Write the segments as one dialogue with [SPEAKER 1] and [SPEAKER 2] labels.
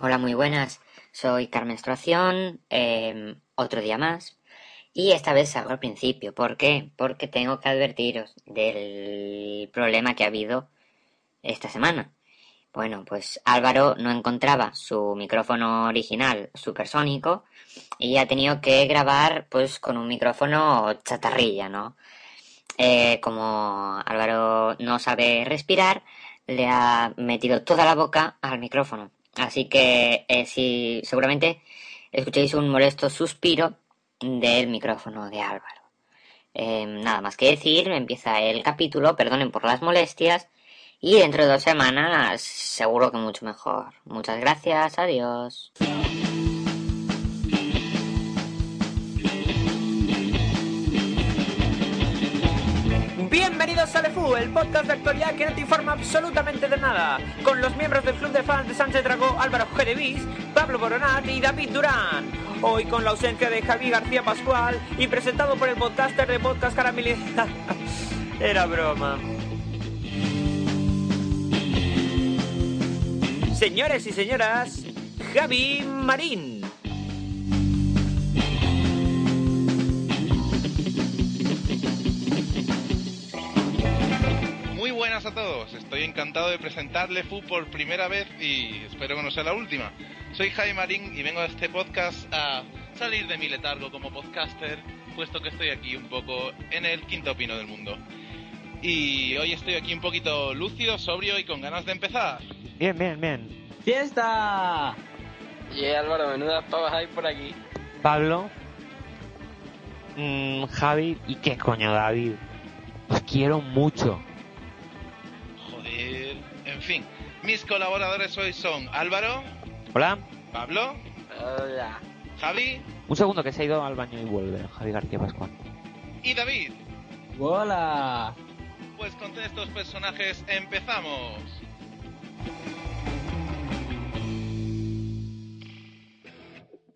[SPEAKER 1] Hola, muy buenas. Soy Carmen Menstruación, eh, otro día más. Y esta vez salgo al principio. ¿Por qué? Porque tengo que advertiros del problema que ha habido esta semana. Bueno, pues Álvaro no encontraba su micrófono original supersónico y ha tenido que grabar pues con un micrófono chatarrilla, ¿no? Eh, como Álvaro no sabe respirar, le ha metido toda la boca al micrófono. Así que eh, si seguramente escuchéis un molesto suspiro del micrófono de Álvaro. Eh, nada más que decir, empieza el capítulo, perdonen por las molestias, y dentro de dos semanas seguro que mucho mejor. Muchas gracias, adiós.
[SPEAKER 2] Bienvenidos a The Fu, el podcast de actualidad que no te informa absolutamente de nada. Con los miembros del club de fans de Sánchez Dragó, Álvaro Gedevis, Pablo Boronat y David Durán. Hoy con la ausencia de Javi García Pascual y presentado por el podcaster de Podcast Caramel. Era broma. Señores y señoras, Javi Marín.
[SPEAKER 3] Muy buenas a todos, estoy encantado de presentarle FU por primera vez y espero que no sea la última. Soy Jaime Marín y vengo a este podcast a salir de mi letargo como podcaster, puesto que estoy aquí un poco en el quinto pino del mundo. Y hoy estoy aquí un poquito lúcido, sobrio y con ganas de empezar.
[SPEAKER 4] Bien, bien, bien.
[SPEAKER 2] ¡Fiesta!
[SPEAKER 5] Y Álvaro, menudas pavas hay por aquí.
[SPEAKER 4] Pablo, mm, Javi y qué coño David. Os quiero mucho.
[SPEAKER 3] Joder. En fin, mis colaboradores hoy son Álvaro,
[SPEAKER 4] Hola.
[SPEAKER 3] Pablo,
[SPEAKER 5] Hola.
[SPEAKER 3] Javi
[SPEAKER 4] Un segundo que se ha ido al baño y vuelve Javi García Pascual.
[SPEAKER 3] y David.
[SPEAKER 2] ¡Hola!
[SPEAKER 3] Pues con estos personajes empezamos.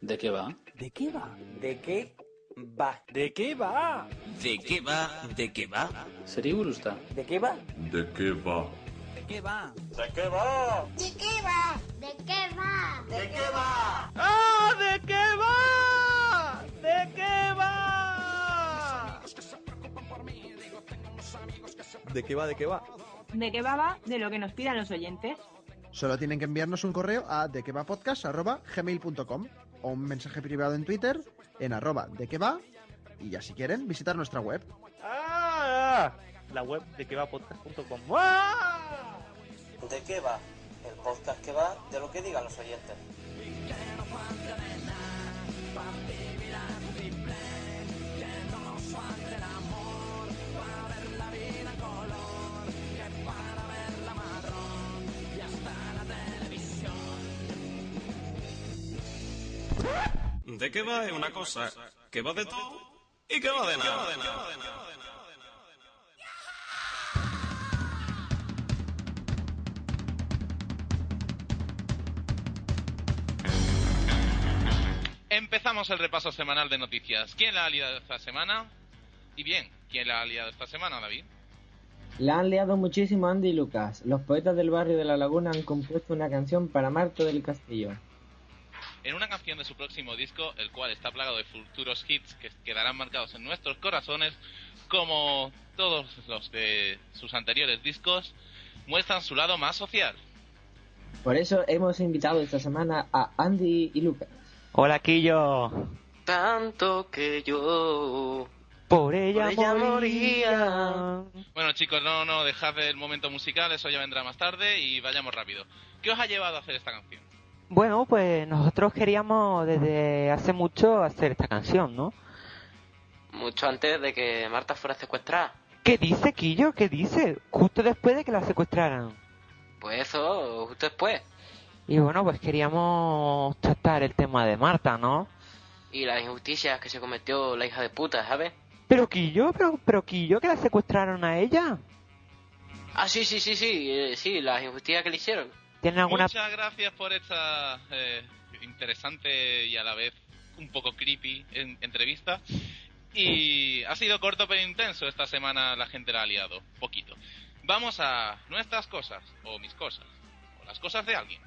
[SPEAKER 6] ¿De qué va?
[SPEAKER 7] ¿De qué va? ¿De qué va? ¿De qué va? ¿De qué va? ¿De qué va?
[SPEAKER 6] ¿Sería gusta?
[SPEAKER 7] ¿De qué va?
[SPEAKER 8] ¿De qué va?
[SPEAKER 7] ¿De qué va?
[SPEAKER 9] ¿De qué va? ¿De qué va?
[SPEAKER 2] ¡Ah, de qué va! ¿De qué va?
[SPEAKER 10] ¿De qué va? ¿De qué va?
[SPEAKER 11] ¿De qué baba? De lo que nos pidan los oyentes.
[SPEAKER 12] Solo tienen que enviarnos un correo a dequevapodcast.gmail.com o un mensaje privado en Twitter en arroba dequeva y ya si quieren visitar nuestra web.
[SPEAKER 2] ¡Ah! La web de quevapodcast.com. ¡Ah!
[SPEAKER 7] ¿De qué va? El podcast que va de lo que digan los oyentes.
[SPEAKER 8] ¿De qué va es una cosa que va de todo y que va de nada?
[SPEAKER 3] Empezamos el repaso semanal de noticias. ¿Quién la ha liado esta semana? Y bien, ¿quién la ha liado esta semana, David?
[SPEAKER 13] La han liado muchísimo Andy y Lucas. Los poetas del barrio de La Laguna han compuesto una canción para Marta del Castillo.
[SPEAKER 3] En una canción de su próximo disco, el cual está plagado de futuros hits que quedarán marcados en nuestros corazones, como todos los de sus anteriores discos, muestran su lado más social.
[SPEAKER 13] Por eso hemos invitado esta semana a Andy y Lucas.
[SPEAKER 4] Hola, Quillo.
[SPEAKER 5] Tanto que yo.
[SPEAKER 4] Por ella,
[SPEAKER 5] Por ella moría.
[SPEAKER 3] Bueno chicos, no, no, dejad el momento musical, eso ya vendrá más tarde y vayamos rápido. ¿Qué os ha llevado a hacer esta canción?
[SPEAKER 4] Bueno, pues nosotros queríamos desde hace mucho hacer esta canción, ¿no?
[SPEAKER 5] Mucho antes de que Marta fuera secuestrada.
[SPEAKER 4] ¿Qué dice Quillo? ¿Qué dice? Justo después de que la secuestraran.
[SPEAKER 5] Pues eso, justo después.
[SPEAKER 4] Y bueno, pues queríamos tratar el tema de Marta, ¿no?
[SPEAKER 5] Y las injusticias que se cometió la hija de puta, ¿sabes?
[SPEAKER 4] Pero Quillo, pero, pero Quillo, que la secuestraron a ella.
[SPEAKER 5] Ah, sí, sí, sí, sí, eh, sí, las injusticias que le hicieron.
[SPEAKER 4] ¿Tienen alguna...
[SPEAKER 3] Muchas gracias por esta eh, interesante y a la vez un poco creepy en- entrevista. Y ha sido corto pero intenso. Esta semana la gente la ha liado, poquito. Vamos a nuestras cosas, o mis cosas, o las cosas de alguien.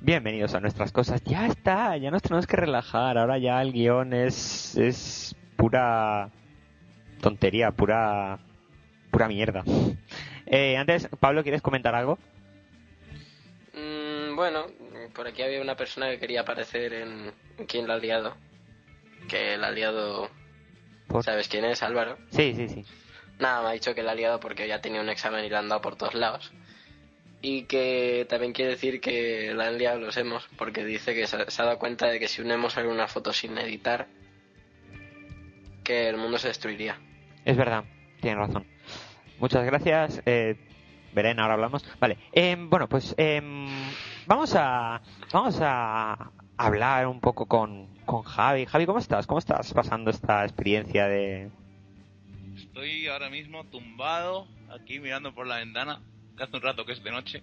[SPEAKER 4] Bienvenidos a nuestras cosas. Ya está, ya nos tenemos que relajar. Ahora ya el guión es, es pura tontería, pura, pura mierda. Eh, antes, Pablo, ¿quieres comentar algo?
[SPEAKER 5] Mm, bueno, por aquí había una persona que quería aparecer en ¿Quién la ha liado? Que la ha liado... ¿Sabes quién es, Álvaro?
[SPEAKER 4] Sí, sí, sí.
[SPEAKER 5] Nada, me ha dicho que la ha liado porque ya tenía un examen y la han dado por todos lados. Y que también quiere decir que la han liado los hemos, porque dice que se, se ha dado cuenta de que si un hemos sale una foto sin editar, que el mundo se destruiría.
[SPEAKER 4] Es verdad, tienes razón. Muchas gracias. Eh, Belén, ahora hablamos. Vale, em, bueno, pues em, vamos a vamos a hablar un poco con, con Javi. Javi, ¿cómo estás? ¿Cómo estás pasando esta experiencia de...?
[SPEAKER 3] Estoy ahora mismo tumbado, aquí mirando por la ventana, que hace un rato que es de noche.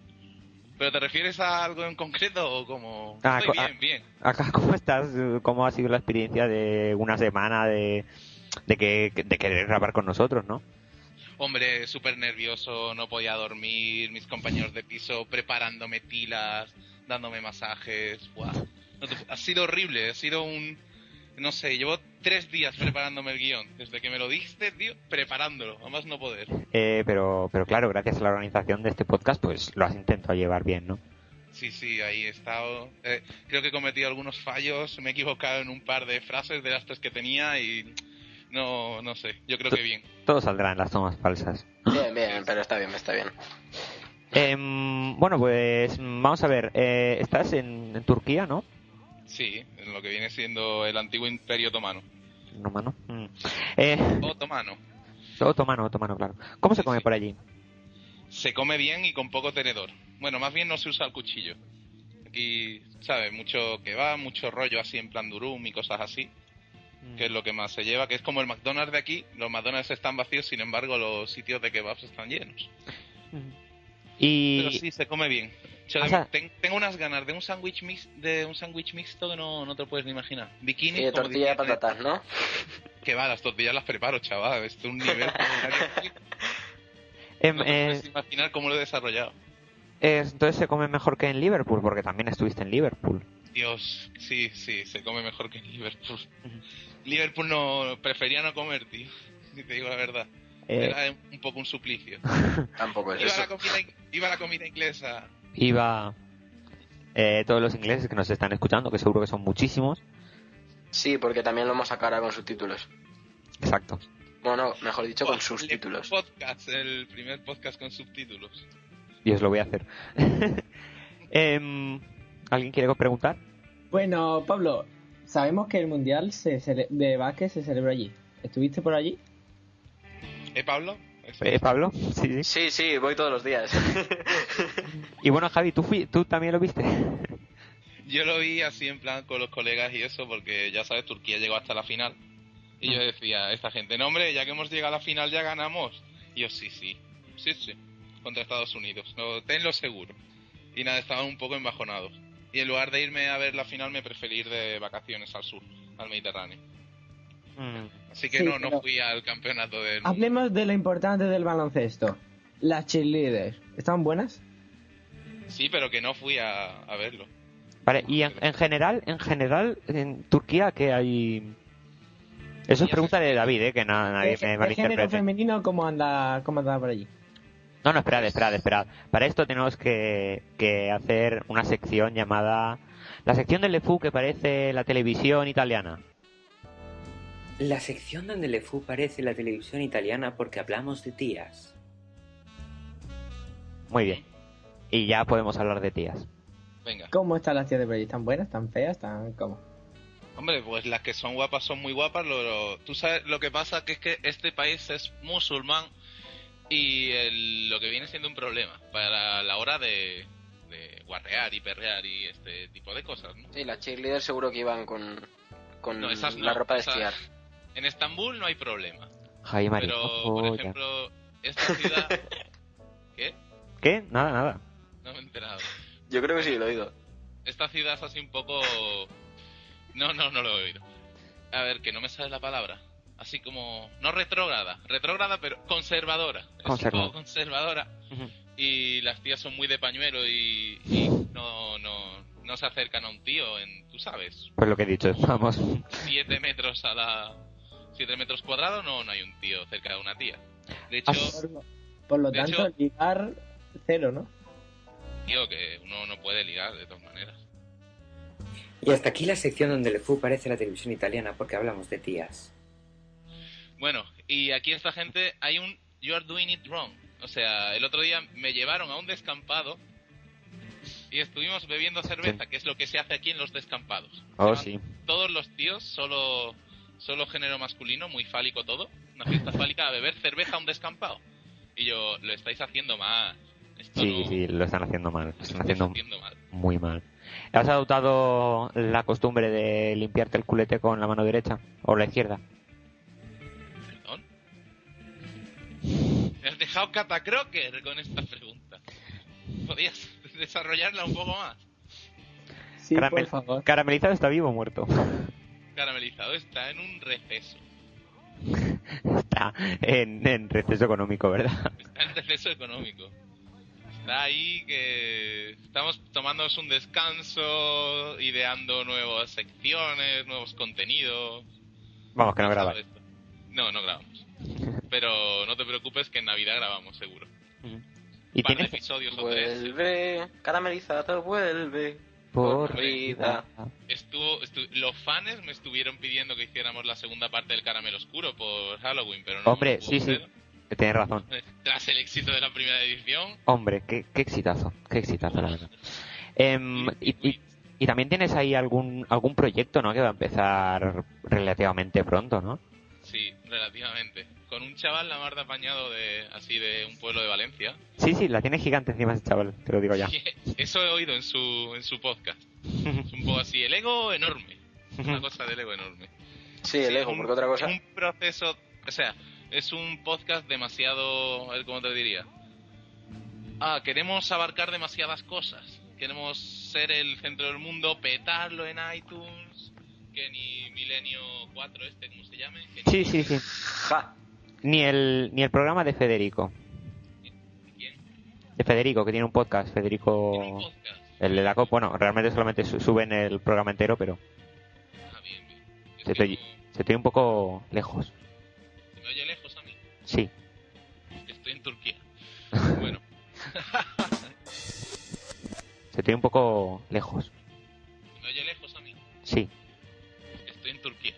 [SPEAKER 3] ¿Pero te refieres a algo en concreto o como...?
[SPEAKER 4] Ah,
[SPEAKER 3] Estoy
[SPEAKER 4] co- ah.
[SPEAKER 3] bien, bien.
[SPEAKER 4] Acá, ¿cómo estás? ¿Cómo ha sido la experiencia de una semana de, de, que, de querer grabar con nosotros, no?
[SPEAKER 3] Hombre, súper nervioso, no podía dormir, mis compañeros de piso preparándome tilas, dándome masajes. buah. No te- ha sido horrible, ha sido un... No sé, llevo tres días preparándome el guión. Desde que me lo dijiste, tío, preparándolo. Además no poder.
[SPEAKER 4] Eh, pero, pero claro, gracias a la organización de este podcast, pues lo has intentado llevar bien, ¿no?
[SPEAKER 3] Sí, sí, ahí he estado. Eh, creo que he cometido algunos fallos, me he equivocado en un par de frases de las tres que tenía y... No, no sé, yo creo que bien.
[SPEAKER 4] Todo saldrá en las tomas falsas.
[SPEAKER 5] Bien, bien, pero está bien, está bien.
[SPEAKER 4] Em, bueno, pues mm, vamos a ver. eh, estás en, en Turquía, ¿no?
[SPEAKER 3] Sí, en lo que viene siendo el antiguo imperio otomano.
[SPEAKER 4] Otomano. Mm. Eh,
[SPEAKER 3] Otomano. Oh.
[SPEAKER 4] otomano, otomano, claro. ¿Cómo se come por allí?
[SPEAKER 3] se come bien y con poco tenedor. Bueno, más bien no se usa el cuchillo. Aquí, ¿sabes? Mucho que va, mucho rollo así en plan durum y cosas así. Mm. Que es lo que más se lleva, que es como el McDonald's de aquí. Los McDonald's están vacíos, sin embargo, los sitios de kebabs están llenos.
[SPEAKER 4] Y
[SPEAKER 3] Pero sí, se come bien. Yo
[SPEAKER 4] O
[SPEAKER 3] de-
[SPEAKER 4] sea-
[SPEAKER 3] ten- tengo unas ganas de un sándwich mix- de un sándwich mixto que no, no te puedes ni imaginar.
[SPEAKER 5] Y
[SPEAKER 3] Bikini
[SPEAKER 5] de
[SPEAKER 3] como
[SPEAKER 5] tortilla de
[SPEAKER 3] diría-
[SPEAKER 5] patatas, ¿no?
[SPEAKER 3] Que va, las tortillas las preparo, chaval. Esto es un nivel.
[SPEAKER 4] em,
[SPEAKER 3] no te
[SPEAKER 4] eh,
[SPEAKER 3] puedes imaginar cómo lo he desarrollado.
[SPEAKER 4] eh, entonces se come mejor que en Liverpool, porque también estuviste en Liverpool.
[SPEAKER 3] Dios, sí, sí, se come mejor que en Liverpool. Liverpool no prefería no comer, tío, si te digo la verdad.
[SPEAKER 4] Eh.
[SPEAKER 3] Era un poco un suplicio.
[SPEAKER 5] Tampoco
[SPEAKER 3] iba, a la comida, in- iba a la comida inglesa.
[SPEAKER 4] Iba eh, todos los ingleses que nos están escuchando, que seguro que son muchísimos.
[SPEAKER 5] Sí, porque también lo hemos sacado ahora con subtítulos.
[SPEAKER 4] Exacto.
[SPEAKER 5] Bueno, mejor dicho, con sus títulos.
[SPEAKER 3] Podcast, el primer podcast con subtítulos.
[SPEAKER 4] Y os lo voy a hacer. Em, ¿Alguien quiere preguntar?
[SPEAKER 13] Bueno, Pablo, sabemos que el mundial se cele- de básquet se celebra allí. ¿Estuviste por allí?
[SPEAKER 3] ¿Eh, Pablo?
[SPEAKER 4] Eh, Pablo, sí, sí.
[SPEAKER 5] Sí, sí, voy todos los días.
[SPEAKER 4] Y bueno, Javi, ¿tú, fui- tú también lo viste?
[SPEAKER 3] Yo lo vi así en plan con los colegas y eso, porque ya sabes, Turquía llegó hasta la final. Y yo decía, esta gente, no hombre, ya que hemos llegado a la final ya ganamos. Y yo, sí, sí, sí, sí, contra Estados Unidos, no, tenlo seguro. Y nada, estaban un poco embajonados. Y en lugar de irme a ver la final, me preferí ir de vacaciones al sur, al Mediterráneo.
[SPEAKER 4] Mm,
[SPEAKER 3] Así que
[SPEAKER 13] Sí,
[SPEAKER 3] no, no
[SPEAKER 13] pero-
[SPEAKER 3] fui al campeonato del mundo.
[SPEAKER 13] Hablemos de lo importante del baloncesto. Las cheerleaders, ¿están buenas?
[SPEAKER 3] Sí, pero que no fui a, a verlo.
[SPEAKER 4] Vale, y en, en general, en general, en Turquía, que hay...? Eso es pregunta de David, eh, que na- nadie
[SPEAKER 13] ¿De- de
[SPEAKER 4] me
[SPEAKER 13] género
[SPEAKER 4] malinterprete.
[SPEAKER 13] femenino cómo anda, cómo anda por allí?
[SPEAKER 4] No, no, esperad, esperad, esperad. Para esto tenemos que, que hacer una sección llamada... La sección del LeFou que parece la televisión italiana.
[SPEAKER 7] La sección donde Le Fou parece la televisión italiana porque hablamos de tías.
[SPEAKER 4] Muy bien. Y ya podemos hablar de tías.
[SPEAKER 3] Venga.
[SPEAKER 13] ¿Cómo están las tías de Brady? ¿Están buenas? ¿Están feas? ¿Están cómo?
[SPEAKER 3] Hombre, pues las que son guapas son muy guapas. Lo, lo- tú sabes lo que pasa, que es que este país es musulmán y el- lo que viene siendo un problema para la hora de, de guarrear y perrear y este tipo de cosas. ¿no?
[SPEAKER 5] Sí, las cheerleaders seguro que iban con, con
[SPEAKER 3] No, esas no,
[SPEAKER 5] Mm, la ropa de
[SPEAKER 3] esas-
[SPEAKER 5] esquiar.
[SPEAKER 3] En Estambul no hay problema.
[SPEAKER 4] Jaime Marín.
[SPEAKER 3] Pero,
[SPEAKER 4] ojo,
[SPEAKER 3] por
[SPEAKER 4] ya.
[SPEAKER 3] ejemplo, esta ciudad... ¿Qué?
[SPEAKER 4] ¿Qué? Nada, nada.
[SPEAKER 3] No me he enterado.
[SPEAKER 5] Yo creo que sí, lo he oído.
[SPEAKER 3] Esta ciudad es así un poco... No, no, no lo he oído. A ver, que no me sale la palabra. Así como... No retrógrada. Retrógrada, pero conservadora. Es un
[SPEAKER 4] Conserva.
[SPEAKER 3] poco conservadora.
[SPEAKER 4] Ujú.
[SPEAKER 3] Y las tías son muy de pañuelo y, y no, no, no se acercan a un tío en... Tú sabes.
[SPEAKER 4] Pues lo que he dicho, vamos.
[SPEAKER 3] 7 metros a la... 7 metros cuadrados no, no hay un tío cerca de una tía. De hecho,
[SPEAKER 13] Por lo
[SPEAKER 3] De
[SPEAKER 13] tanto,
[SPEAKER 3] hecho-
[SPEAKER 13] ligar cero, ¿no?
[SPEAKER 3] tío, que uno no puede ligar de todas maneras.
[SPEAKER 7] Y hasta aquí la sección donde el FU parece la televisión italiana porque hablamos de tías.
[SPEAKER 3] Bueno, y aquí esta gente hay un you are doing it wrong. O sea, el otro día me llevaron a un descampado y estuvimos bebiendo cerveza, que es lo que se hace aquí en los descampados.
[SPEAKER 4] Oh, sí.
[SPEAKER 3] Todos los tíos, solo solo género masculino, muy fálico todo, una fiesta fálica a beber cerveza a un descampado. Y yo, lo estáis haciendo mal. Esto
[SPEAKER 4] Sí,
[SPEAKER 3] no-
[SPEAKER 4] sí, lo están haciendo mal. Lo están haciendo
[SPEAKER 3] haciendo mal.
[SPEAKER 4] muy mal. ¿Has adoptado la costumbre de limpiarte el culete con la mano derecha o la izquierda?
[SPEAKER 3] ¿Perdón? Me has dejado catacroker con esta pregunta. ¿Podías desarrollarla un poco más?
[SPEAKER 13] Sí,
[SPEAKER 4] Caramel- Caramelizado está vivo o muerto.
[SPEAKER 3] Caramelizado está en un receso.
[SPEAKER 4] Está en, en receso económico, ¿verdad?
[SPEAKER 3] Está en receso económico. Está ahí que estamos tomándonos un descanso, ideando nuevas secciones, nuevos contenidos.
[SPEAKER 4] Vamos, que no graba.
[SPEAKER 3] No, no grabamos. Pero no te preocupes que en Navidad grabamos seguro.
[SPEAKER 4] ¿Y
[SPEAKER 3] par de
[SPEAKER 4] tienes?
[SPEAKER 3] episodios
[SPEAKER 13] Pues-
[SPEAKER 3] o tres.
[SPEAKER 5] Vuelve, caramelizado, vuelve. Corrida.
[SPEAKER 3] Estuvo, estu- los fans me estuvieron pidiendo que hiciéramos la segunda parte del caramelo oscuro por Halloween, pero no.
[SPEAKER 4] Hombre,
[SPEAKER 3] lo pude
[SPEAKER 4] sí, sí.
[SPEAKER 3] hacer.
[SPEAKER 4] Tienes razón.
[SPEAKER 3] Tras el éxito de la primera edición,
[SPEAKER 4] Hombre, qué, qué exitazo, qué exitazo, la verdad. Em, y, y- y también tienes ahí algún algún proyecto, ¿no? Que va a empezar relativamente pronto, ¿no?
[SPEAKER 3] sí, relativamente. Con un chaval la mar de apañado de, así de un pueblo de Valencia.
[SPEAKER 4] Sí, sí, la tienes gigante encima ese chaval, te lo digo ya.
[SPEAKER 3] Eso he oído en su, en su podcast. Es un poco así, el ego enorme. Una cosa del ego enorme.
[SPEAKER 5] Sí, el ego, porque otra cosa.
[SPEAKER 3] Es un proceso, o sea, es un podcast demasiado, a ver cómo te diría. Ah, queremos abarcar demasiadas cosas. Queremos ser el centro del mundo, petarlo en iTunes, que ni Milenio 4 este, ¿cómo se llame? Que
[SPEAKER 4] Sí, sí, sí. Ni el, ni el programa de Federico. De Federico, que tiene un podcast. Federico. El de la COP. Bueno, realmente solamente su- suben el programa entero, pero.
[SPEAKER 3] Ah,
[SPEAKER 4] Se te, oye- se te oye un poco lejos.
[SPEAKER 3] ni- me oye lejos a mí.
[SPEAKER 4] Sí.
[SPEAKER 3] Estoy en Turquía.
[SPEAKER 4] Bueno. se te oye un poco lejos.
[SPEAKER 3] Me oye lejos a mí.
[SPEAKER 4] Sí.
[SPEAKER 3] Estoy en Turquía.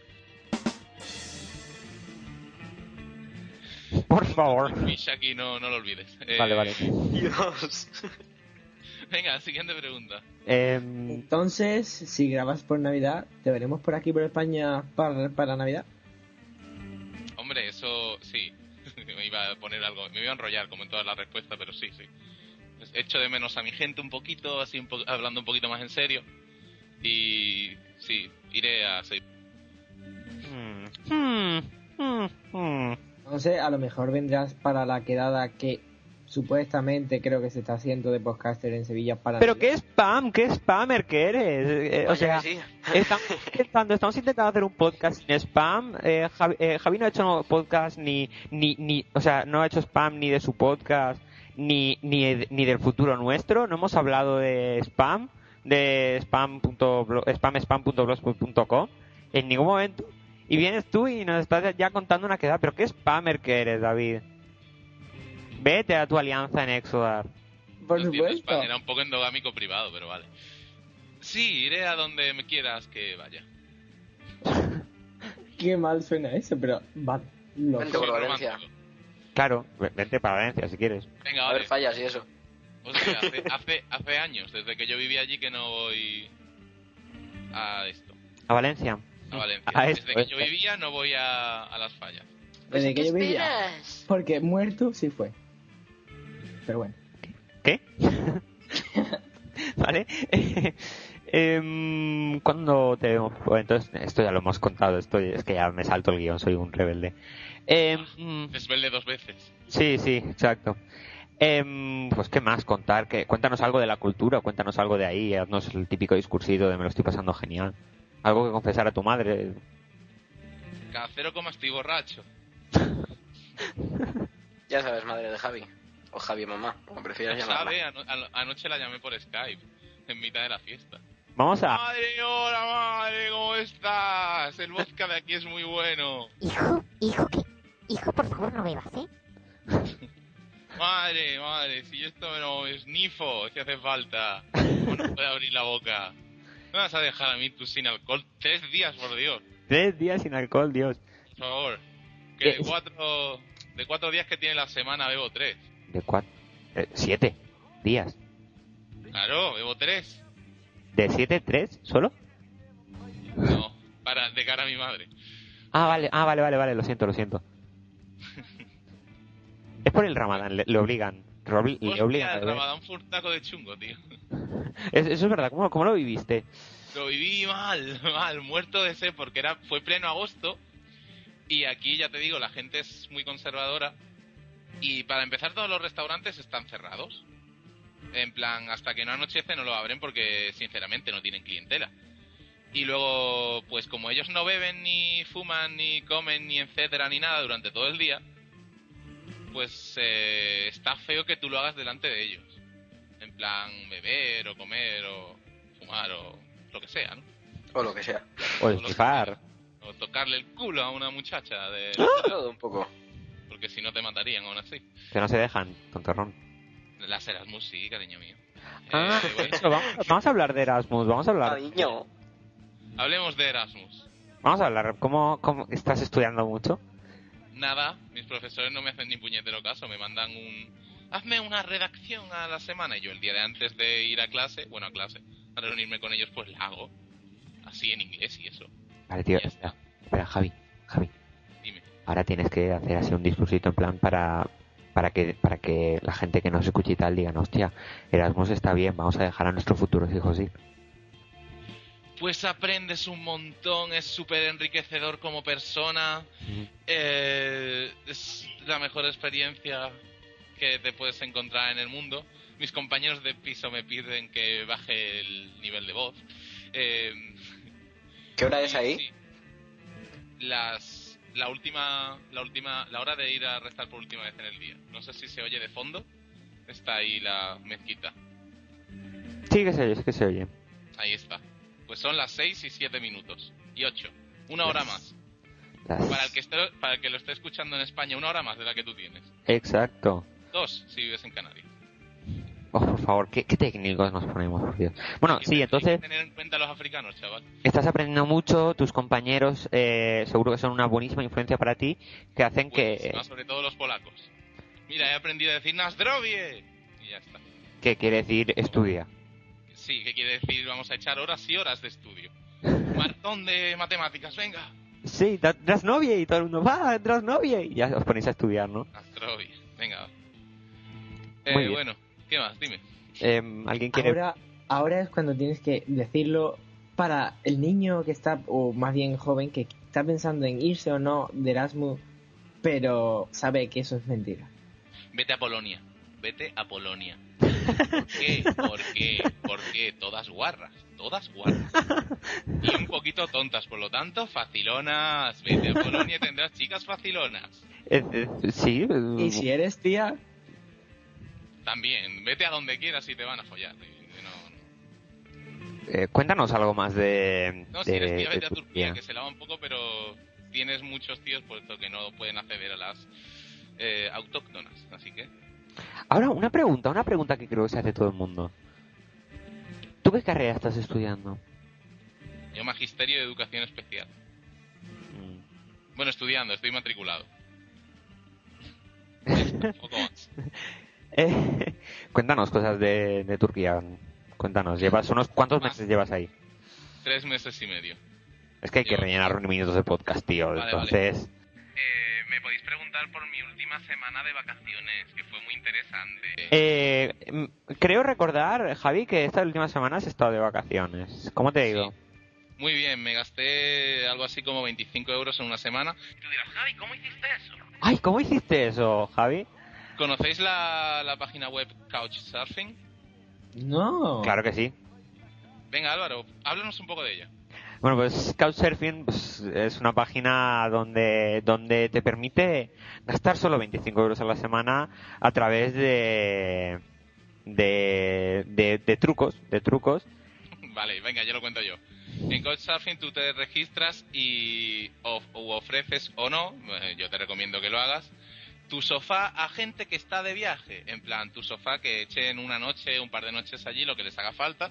[SPEAKER 4] Por favor.
[SPEAKER 3] Y Shaki, no, no lo olvides. Eh,
[SPEAKER 4] Vale, vale.
[SPEAKER 5] Dios.
[SPEAKER 3] Venga, siguiente pregunta.
[SPEAKER 4] Em,
[SPEAKER 13] Entonces, si grabas por Navidad, ¿te veremos por aquí, por España, para, para Navidad?
[SPEAKER 3] Hombre, eso sí. me iba a poner algo, me iba a enrollar como en todas las respuestas, pero sí, sí. Pues Echo de menos a mi gente un poquito, así un po- hablando un poquito más en serio. Y sí, iré a seis.
[SPEAKER 4] mm,
[SPEAKER 13] Entonces, a lo mejor vendrás para la quedada que supuestamente creo que se está haciendo de podcaster en Sevilla para
[SPEAKER 4] Pero qué spam, qué spammer que eres. Eh, eh, o sea,
[SPEAKER 13] Vaya que sí.
[SPEAKER 4] estamos, intentando, estamos intentando hacer un podcast sin spam. Eh, Javi, eh, Javi no ha hecho podcast ni, ni, ni, o sea, no ha hecho spam ni de su podcast ni, ni, ni del futuro nuestro. No hemos hablado de spam, de spam punto blo- spam spam.blogspot.com en ningún momento. Y vienes tú y nos estás ya contando una quedada. Pero qué spammer que eres, David. Vete a tu alianza en Exodar.
[SPEAKER 13] Por
[SPEAKER 3] España Era un poco endogámico privado, pero vale. Sí, iré a donde me quieras que vaya.
[SPEAKER 13] Qué mal suena eso, pero vale. Lo
[SPEAKER 5] Vente por Valencia.
[SPEAKER 4] Claro, v- vente para Valencia si quieres.
[SPEAKER 3] Venga,
[SPEAKER 5] a ver fallas y eso.
[SPEAKER 3] O sea, hace, hace, hace años, desde que yo vivía allí, que no voy a esto,
[SPEAKER 4] A Valencia.
[SPEAKER 3] a Valencia.
[SPEAKER 4] A esto,
[SPEAKER 3] desde que yo
[SPEAKER 4] esto.
[SPEAKER 3] vivía, no voy a, a las fallas.
[SPEAKER 13] Desde que yo vivía. Porque muerto sí fue. Pero bueno.
[SPEAKER 4] ¿Qué? ¿Vale? Em, ¿Cuándo te vemos? Bueno, entonces, esto ya lo hemos contado. Esto es que ya me salto el guión, soy un rebelde. Em,
[SPEAKER 3] Desvele dos veces.
[SPEAKER 4] Sí, sí, exacto. Em, pues, ¿qué más contar? que Cuéntanos algo de la cultura, cuéntanos algo de ahí, haznos el típico discursito de me lo estoy pasando genial. Algo que confesar a tu madre.
[SPEAKER 3] Cada cero coma estoy borracho.
[SPEAKER 5] Ya sabes, madre de Javi. O Javi mamá, como prefieras
[SPEAKER 3] No
[SPEAKER 5] llamarla.
[SPEAKER 3] sabe, ano- ano- anoche la llamé por Skype, en mitad de la fiesta.
[SPEAKER 4] Vamos a...
[SPEAKER 3] Madre, hola madre, ¿cómo estás? El vodka de aquí es muy bueno.
[SPEAKER 14] Hijo, hijo, que. Hijo, por favor, no bebas, ¿eh?
[SPEAKER 3] Madre, madre, si yo esto me lo snifo, si hace falta. ¿Cómo No puedo abrir la boca. Me vas a dejar a mí tú sin alcohol tres días, por Dios.
[SPEAKER 4] Tres días sin alcohol, Dios.
[SPEAKER 3] Por favor. Que
[SPEAKER 4] Eh,
[SPEAKER 3] de cuatro, de cuatro días que tiene la semana bebo tres.
[SPEAKER 4] De cuatro... eh, siete días.
[SPEAKER 3] Claro, bebo tres.
[SPEAKER 4] ¿De siete, tres solo?
[SPEAKER 3] No, para, de cara a mi madre.
[SPEAKER 4] Ah, vale, ah, vale, vale, vale, lo siento, lo siento. Es por el ramadán, le, le obligan. le obli- le
[SPEAKER 3] Hostia,
[SPEAKER 4] obligan a
[SPEAKER 3] el
[SPEAKER 4] beber.
[SPEAKER 3] Ramadán fue un taco de chungo, tío.
[SPEAKER 4] Es- eso es verdad, ¿cómo, cómo lo viviste?
[SPEAKER 3] Lo viví mal, mal, muerto de sed, porque era, fue pleno agosto. Y aquí, ya te digo, la gente es muy conservadora. Y para empezar, todos los restaurantes están cerrados. En plan, hasta que no anochece no lo abren porque, sinceramente, no tienen clientela. Y luego, pues como ellos no beben, ni fuman, ni comen, ni etcétera, ni nada durante todo el día, pues eh, está feo que tú lo hagas delante de ellos. En plan, beber o comer o fumar o lo que sea, ¿no?
[SPEAKER 5] O lo que sea.
[SPEAKER 4] O esquifar.
[SPEAKER 3] O tocarle el culo a una muchacha de...
[SPEAKER 5] Todo un poco.
[SPEAKER 3] Porque si no te matarían aún así.
[SPEAKER 4] Que no se dejan, tontorrón.
[SPEAKER 3] Las Erasmus sí, cariño mío.
[SPEAKER 4] Ah,
[SPEAKER 3] Eh, bueno.
[SPEAKER 4] eso, vamos, vamos a hablar de Erasmus, vamos a hablar.
[SPEAKER 3] Hablemos de Erasmus.
[SPEAKER 4] Vamos a hablar, ¿cómo, cómo estás estudiando mucho?
[SPEAKER 3] Nada, mis profesores no me hacen ni puñetero caso, me mandan un... Hazme una redacción a la semana y yo el día de antes de ir a clase, bueno, a clase, a reunirme con ellos, pues la hago. Así en inglés y eso.
[SPEAKER 4] Vale, tío, espera, espera, Javi, Javi.
[SPEAKER 3] Dime.
[SPEAKER 4] Ahora tienes que hacer así un discursito en plan para, para, que, para que la gente que nos escuche y tal digan, hostia, Erasmus está bien, vamos a dejar a nuestros futuros hijos ir.
[SPEAKER 3] Pues aprendes un montón, es súper enriquecedor como persona, eh, es la mejor experiencia que te puedes encontrar en el mundo. Mis compañeros de piso me piden que baje el nivel de voz. Eh,
[SPEAKER 5] ¿Qué hora es ahí?
[SPEAKER 3] las la última la última la hora de ir a rezar por última vez en el día. No sé si se oye de fondo. Está ahí la mezquita.
[SPEAKER 4] Sí, que se oye, sí que se oye.
[SPEAKER 3] Ahí está. Pues son las 6 y 7 minutos. Y 8. Una hora más.
[SPEAKER 4] Las-
[SPEAKER 3] Para el, que esté, para el que lo esté escuchando en España, una hora más de la que tú tienes.
[SPEAKER 4] Exacto.
[SPEAKER 3] Dos, si vives en Canarias.
[SPEAKER 4] Oh, por favor, ¿qué, qué técnicos nos ponemos, por Dios. Bueno, Ah, sí, entonces
[SPEAKER 3] Tener en cuenta a los africanos, chaval.
[SPEAKER 4] estás aprendiendo mucho, tus compañeros eh, seguro que son una buenísima influencia para ti, que eh, hacen que,
[SPEAKER 3] Ah, sobre todo los polacos. Mira, he aprendido a decir Nazdrowie. Y ya está.
[SPEAKER 4] que quiere decir estudia.
[SPEAKER 3] Sí, que quiere decir vamos a echar horas y horas de estudio. Maratón de matemáticas, venga.
[SPEAKER 4] Sí, da- das novia y todo el mundo, va, das novia y ya os ponéis a estudiar, ¿no?
[SPEAKER 3] Nazdrowie, venga. va.
[SPEAKER 4] Muy
[SPEAKER 3] Eh,
[SPEAKER 4] bien.
[SPEAKER 3] bueno, ¿qué más? Dime.
[SPEAKER 4] Em, ¿Alguien quiere...?
[SPEAKER 13] Ahora, ahora es cuando tienes que decirlo para el niño que está, o más bien joven, que está pensando en irse o no de Erasmus, pero sabe que eso es mentira.
[SPEAKER 3] Vete a Polonia. Vete a Polonia. ¿Por qué? ¿Por qué? ¿Por qué? Todas guarras. Todas guarras. Y un poquito tontas, por lo tanto, facilonas. Vete a Polonia y tendrás chicas facilonas.
[SPEAKER 4] Eh, eh, sí.
[SPEAKER 13] Y si eres tía,
[SPEAKER 3] También, vete a donde quieras y te van a follar. Y No,
[SPEAKER 4] eh, cuéntanos algo más de...
[SPEAKER 3] no, si
[SPEAKER 4] de-
[SPEAKER 3] eres tía,
[SPEAKER 4] de
[SPEAKER 3] vete a Turquía,
[SPEAKER 4] Turquía.
[SPEAKER 3] que se lava un poco, pero tienes muchos tíos puesto que no pueden acceder a las eh, autóctonas. Así que,
[SPEAKER 4] Ahora, una pregunta, una pregunta que creo que se hace todo el mundo. ¿Tú qué carrera estás estudiando?
[SPEAKER 3] yo magisterio de educación especial.
[SPEAKER 4] Mm.
[SPEAKER 3] Bueno, estudiando, estoy matriculado. Un poco más.
[SPEAKER 4] Eh, Cuéntanos cosas de, de Turquía. Cuéntanos, llevas unos cuántos meses llevas ahí.
[SPEAKER 3] Tres meses y medio.
[SPEAKER 4] Es que hay que rellenar minutos de podcast, tío.
[SPEAKER 3] Vale, vale.
[SPEAKER 4] Entonces,
[SPEAKER 3] Eh, me podéis preguntar por mi última semana de vacaciones, que fue muy interesante.
[SPEAKER 4] eh, mm, creo recordar, Javi, que estas últimas semanas he estado de vacaciones. ¿Cómo te digo?
[SPEAKER 3] Muy bien, me gasté algo así como 25 euros en una semana.
[SPEAKER 4] Ay, ¿cómo hiciste eso, Javi?
[SPEAKER 3] ¿Conocéis la, la página web Couchsurfing? Oh.
[SPEAKER 4] No. Claro que sí.
[SPEAKER 3] Venga, Álvaro, háblanos un poco de ella.
[SPEAKER 4] Bueno, pues Couchsurfing pues, es una página donde, donde te permite gastar solo 25 euros a la semana a través de, de, de, de trucos, de trucos.
[SPEAKER 3] Vale, venga, ya lo cuento yo. En Couchsurfing tú te registras y of- u ofreces o no, eh, yo te recomiendo que lo hagas, tu sofá a gente que está de viaje. En plan, tu sofá que echen una noche, un par de noches allí, lo que les haga falta.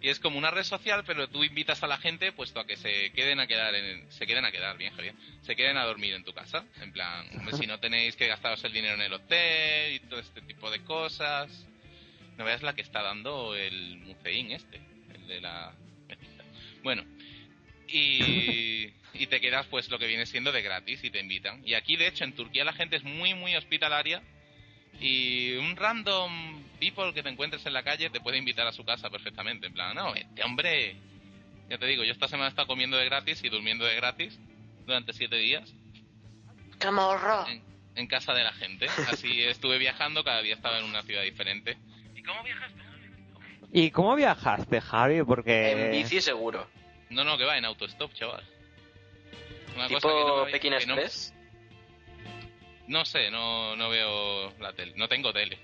[SPEAKER 3] Y es como una red social, pero tú invitas a la gente, puesto a que se queden a quedar, en- se queden a quedar, bien Javier, se queden a dormir en tu casa. En plan, hombre, si no tenéis que gastaros el dinero en el hotel y todo este tipo de cosas. No veas la que está dando el Muceín este, el de la... Bueno, y, y te quedas pues lo que viene siendo de gratis y te invitan. Y aquí de hecho en Turquía la gente es muy muy hospitalaria y un random people que te encuentres en la calle te puede invitar a su casa perfectamente. En plan, no, este hombre, ya te digo, yo esta semana he estado comiendo de gratis y durmiendo de gratis durante siete días.
[SPEAKER 5] ¡Camorro!
[SPEAKER 3] En, en casa de la gente. Así estuve viajando, cada día estaba en una ciudad diferente. ¿Y cómo viajas
[SPEAKER 4] ¿Y cómo viajaste, Javi? Porque...
[SPEAKER 5] En bici seguro.
[SPEAKER 3] No, no, que va en autostop, chaval. Una
[SPEAKER 5] ¿Tipo
[SPEAKER 3] cosa que no me-
[SPEAKER 5] Pekín
[SPEAKER 3] que no-
[SPEAKER 5] Express?
[SPEAKER 3] No sé, no, no veo la tele. No tengo tele.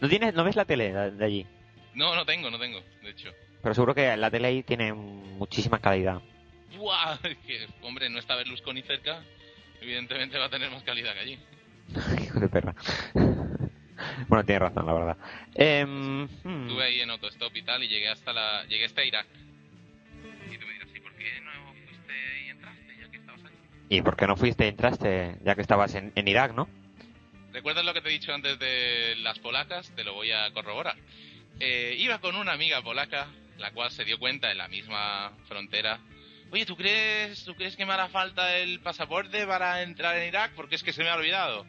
[SPEAKER 4] ¿No, tienes, ¿No ves la tele de de allí?
[SPEAKER 3] No, no tengo, no tengo, de hecho.
[SPEAKER 4] Pero seguro que la tele ahí tiene muchísima calidad.
[SPEAKER 3] ¡Buah! Que, hombre, no está Berlusconi ni cerca. Evidentemente va a tener más calidad que allí.
[SPEAKER 4] Hijo de perra. bueno, tienes razón, la verdad. Em, hmm.
[SPEAKER 3] Estuve ahí en autostop y tal y llegué hasta la... Llegué hasta Irak. Y tú me dirás, ¿y por qué no fuiste y entraste ya que estabas aquí?
[SPEAKER 4] ¿Y por qué no fuiste y entraste ya que estabas en, en Irak, no?
[SPEAKER 3] ¿Recuerdas lo que te he dicho antes de las polacas? Te lo voy a corroborar. Eh, iba con una amiga polaca, la cual se dio cuenta en la misma frontera. Oye, ¿tú crees, ¿tú crees que me hará falta el pasaporte para entrar en Irak? Porque es que se me ha olvidado.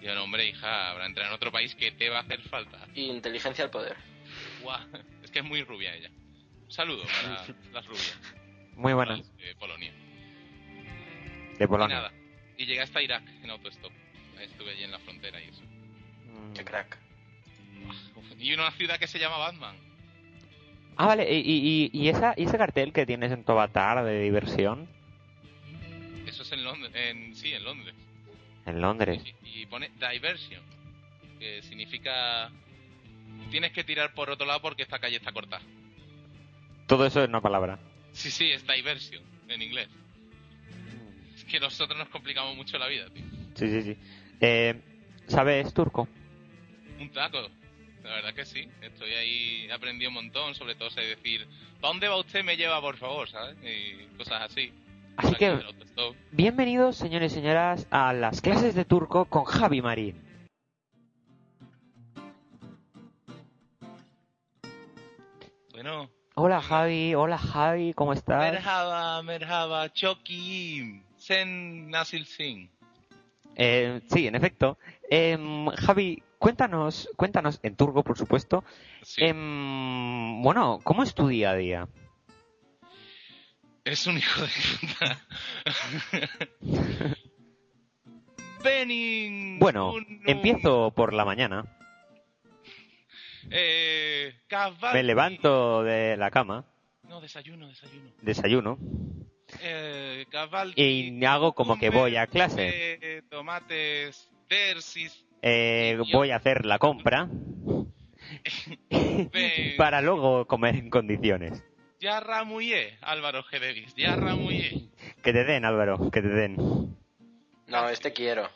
[SPEAKER 3] Y yo, no, hombre, hija, habrá entrar en otro país que te va a hacer falta.
[SPEAKER 5] Y inteligencia al poder.
[SPEAKER 3] Guau, es que es muy rubia ella. Un saludo para las rubias
[SPEAKER 4] Muy buena.
[SPEAKER 3] de Polonia.
[SPEAKER 4] De
[SPEAKER 3] Y
[SPEAKER 4] Polonia.
[SPEAKER 3] nada, y llegué hasta Irak en autostop. Estuve allí en la frontera y eso.
[SPEAKER 4] Mm.
[SPEAKER 5] Qué crack.
[SPEAKER 3] Y una ciudad que se llama Batman.
[SPEAKER 4] Ah, vale. ¿Y, y, y- y esa, y ese cartel que tienes en tu avatar de diversión
[SPEAKER 3] Eso es en Londres, en, sí, en Londres.
[SPEAKER 4] en Londres?
[SPEAKER 3] Y pone diversion, que significa tienes que tirar por otro lado porque esta calle está corta.
[SPEAKER 4] Todo eso es una palabra.
[SPEAKER 3] Sí, sí, es diversion en inglés. Es que nosotros nos complicamos mucho la vida, tío.
[SPEAKER 4] Sí, sí, sí. Eh, ¿Sabes turco?
[SPEAKER 3] Un taco. La verdad que sí, estoy ahí, aprendí un montón, sobre todo sé decir, ¿para dónde va usted? Me lleva, por favor, ¿sabes? Y cosas así.
[SPEAKER 4] Así
[SPEAKER 3] Aquí
[SPEAKER 4] que-
[SPEAKER 3] en el autostop.
[SPEAKER 4] Bienvenidos, señores y señoras, a las clases de turco con Javi Marín.
[SPEAKER 3] Bueno,
[SPEAKER 4] Hola, Javi. Hola, Javi. ¿Cómo estás?
[SPEAKER 3] merhaba, merhaba, choki, sen nasil singh.
[SPEAKER 4] Eh, sí, en efecto. Em, Javi, cuéntanos, cuéntanos, en turco, por supuesto. Eh, Em, bueno, ¿cómo es tu día a día?
[SPEAKER 3] Es un hijo de puta. Benin.
[SPEAKER 4] Bueno, empiezo por la mañana.
[SPEAKER 3] Eh, Cavalli.
[SPEAKER 4] Me levanto de la cama,
[SPEAKER 3] No, desayuno, desayuno.
[SPEAKER 4] desayuno,
[SPEAKER 3] Eh, Cavalli.
[SPEAKER 4] y hago como que voy a clase.
[SPEAKER 3] eh, tomates. Dersis.
[SPEAKER 4] Eh, voy a hacer la compra para luego comer en condiciones.
[SPEAKER 3] Ya ramuye, Álvaro G. Davis. Ya ramuye.
[SPEAKER 4] Que te den, Álvaro, que te den.
[SPEAKER 5] No, este quiero.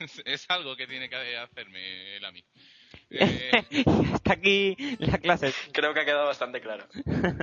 [SPEAKER 3] Es- es algo que tiene que hacerme él a mí. Eh,
[SPEAKER 4] Hasta aquí la clase.
[SPEAKER 5] Creo que ha quedado bastante claro.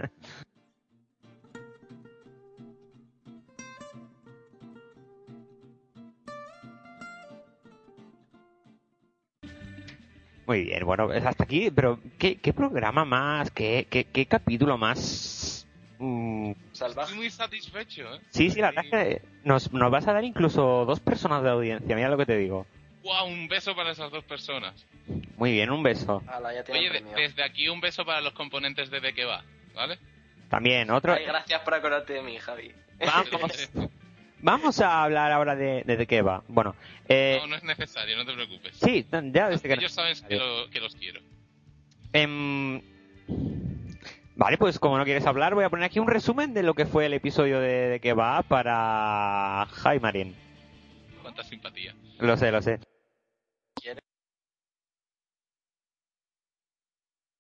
[SPEAKER 4] Muy bien, bueno, pues hasta aquí, pero ¿qué, qué programa más? ¿Qué, qué, qué capítulo más? mm,
[SPEAKER 3] Estoy muy satisfecho, ¿eh?
[SPEAKER 4] Sí, sí, la verdad es que nos, nos vas a dar incluso dos personas de audiencia, mira lo que te digo.
[SPEAKER 3] ¡Guau! Un beso para esas dos personas.
[SPEAKER 4] Muy bien, un beso.
[SPEAKER 3] Oye, de- desde aquí un beso para los componentes de De qué va, ¿vale?
[SPEAKER 4] También, otro.
[SPEAKER 5] Ay, gracias por acordarte de mí, Javi.
[SPEAKER 4] Vamos. Vamos a hablar ahora de, de, de qué va. Bueno, eh,
[SPEAKER 3] No, no es necesario, no te preocupes.
[SPEAKER 4] sí, ya desde que
[SPEAKER 3] Ellos saben que, lo- que los quiero.
[SPEAKER 4] Em, vale, pues como no quieres hablar, voy a poner aquí un resumen de lo que fue el episodio de, de que va para Hi Marín.
[SPEAKER 3] Cuánta simpatía.
[SPEAKER 4] Lo sé, lo sé.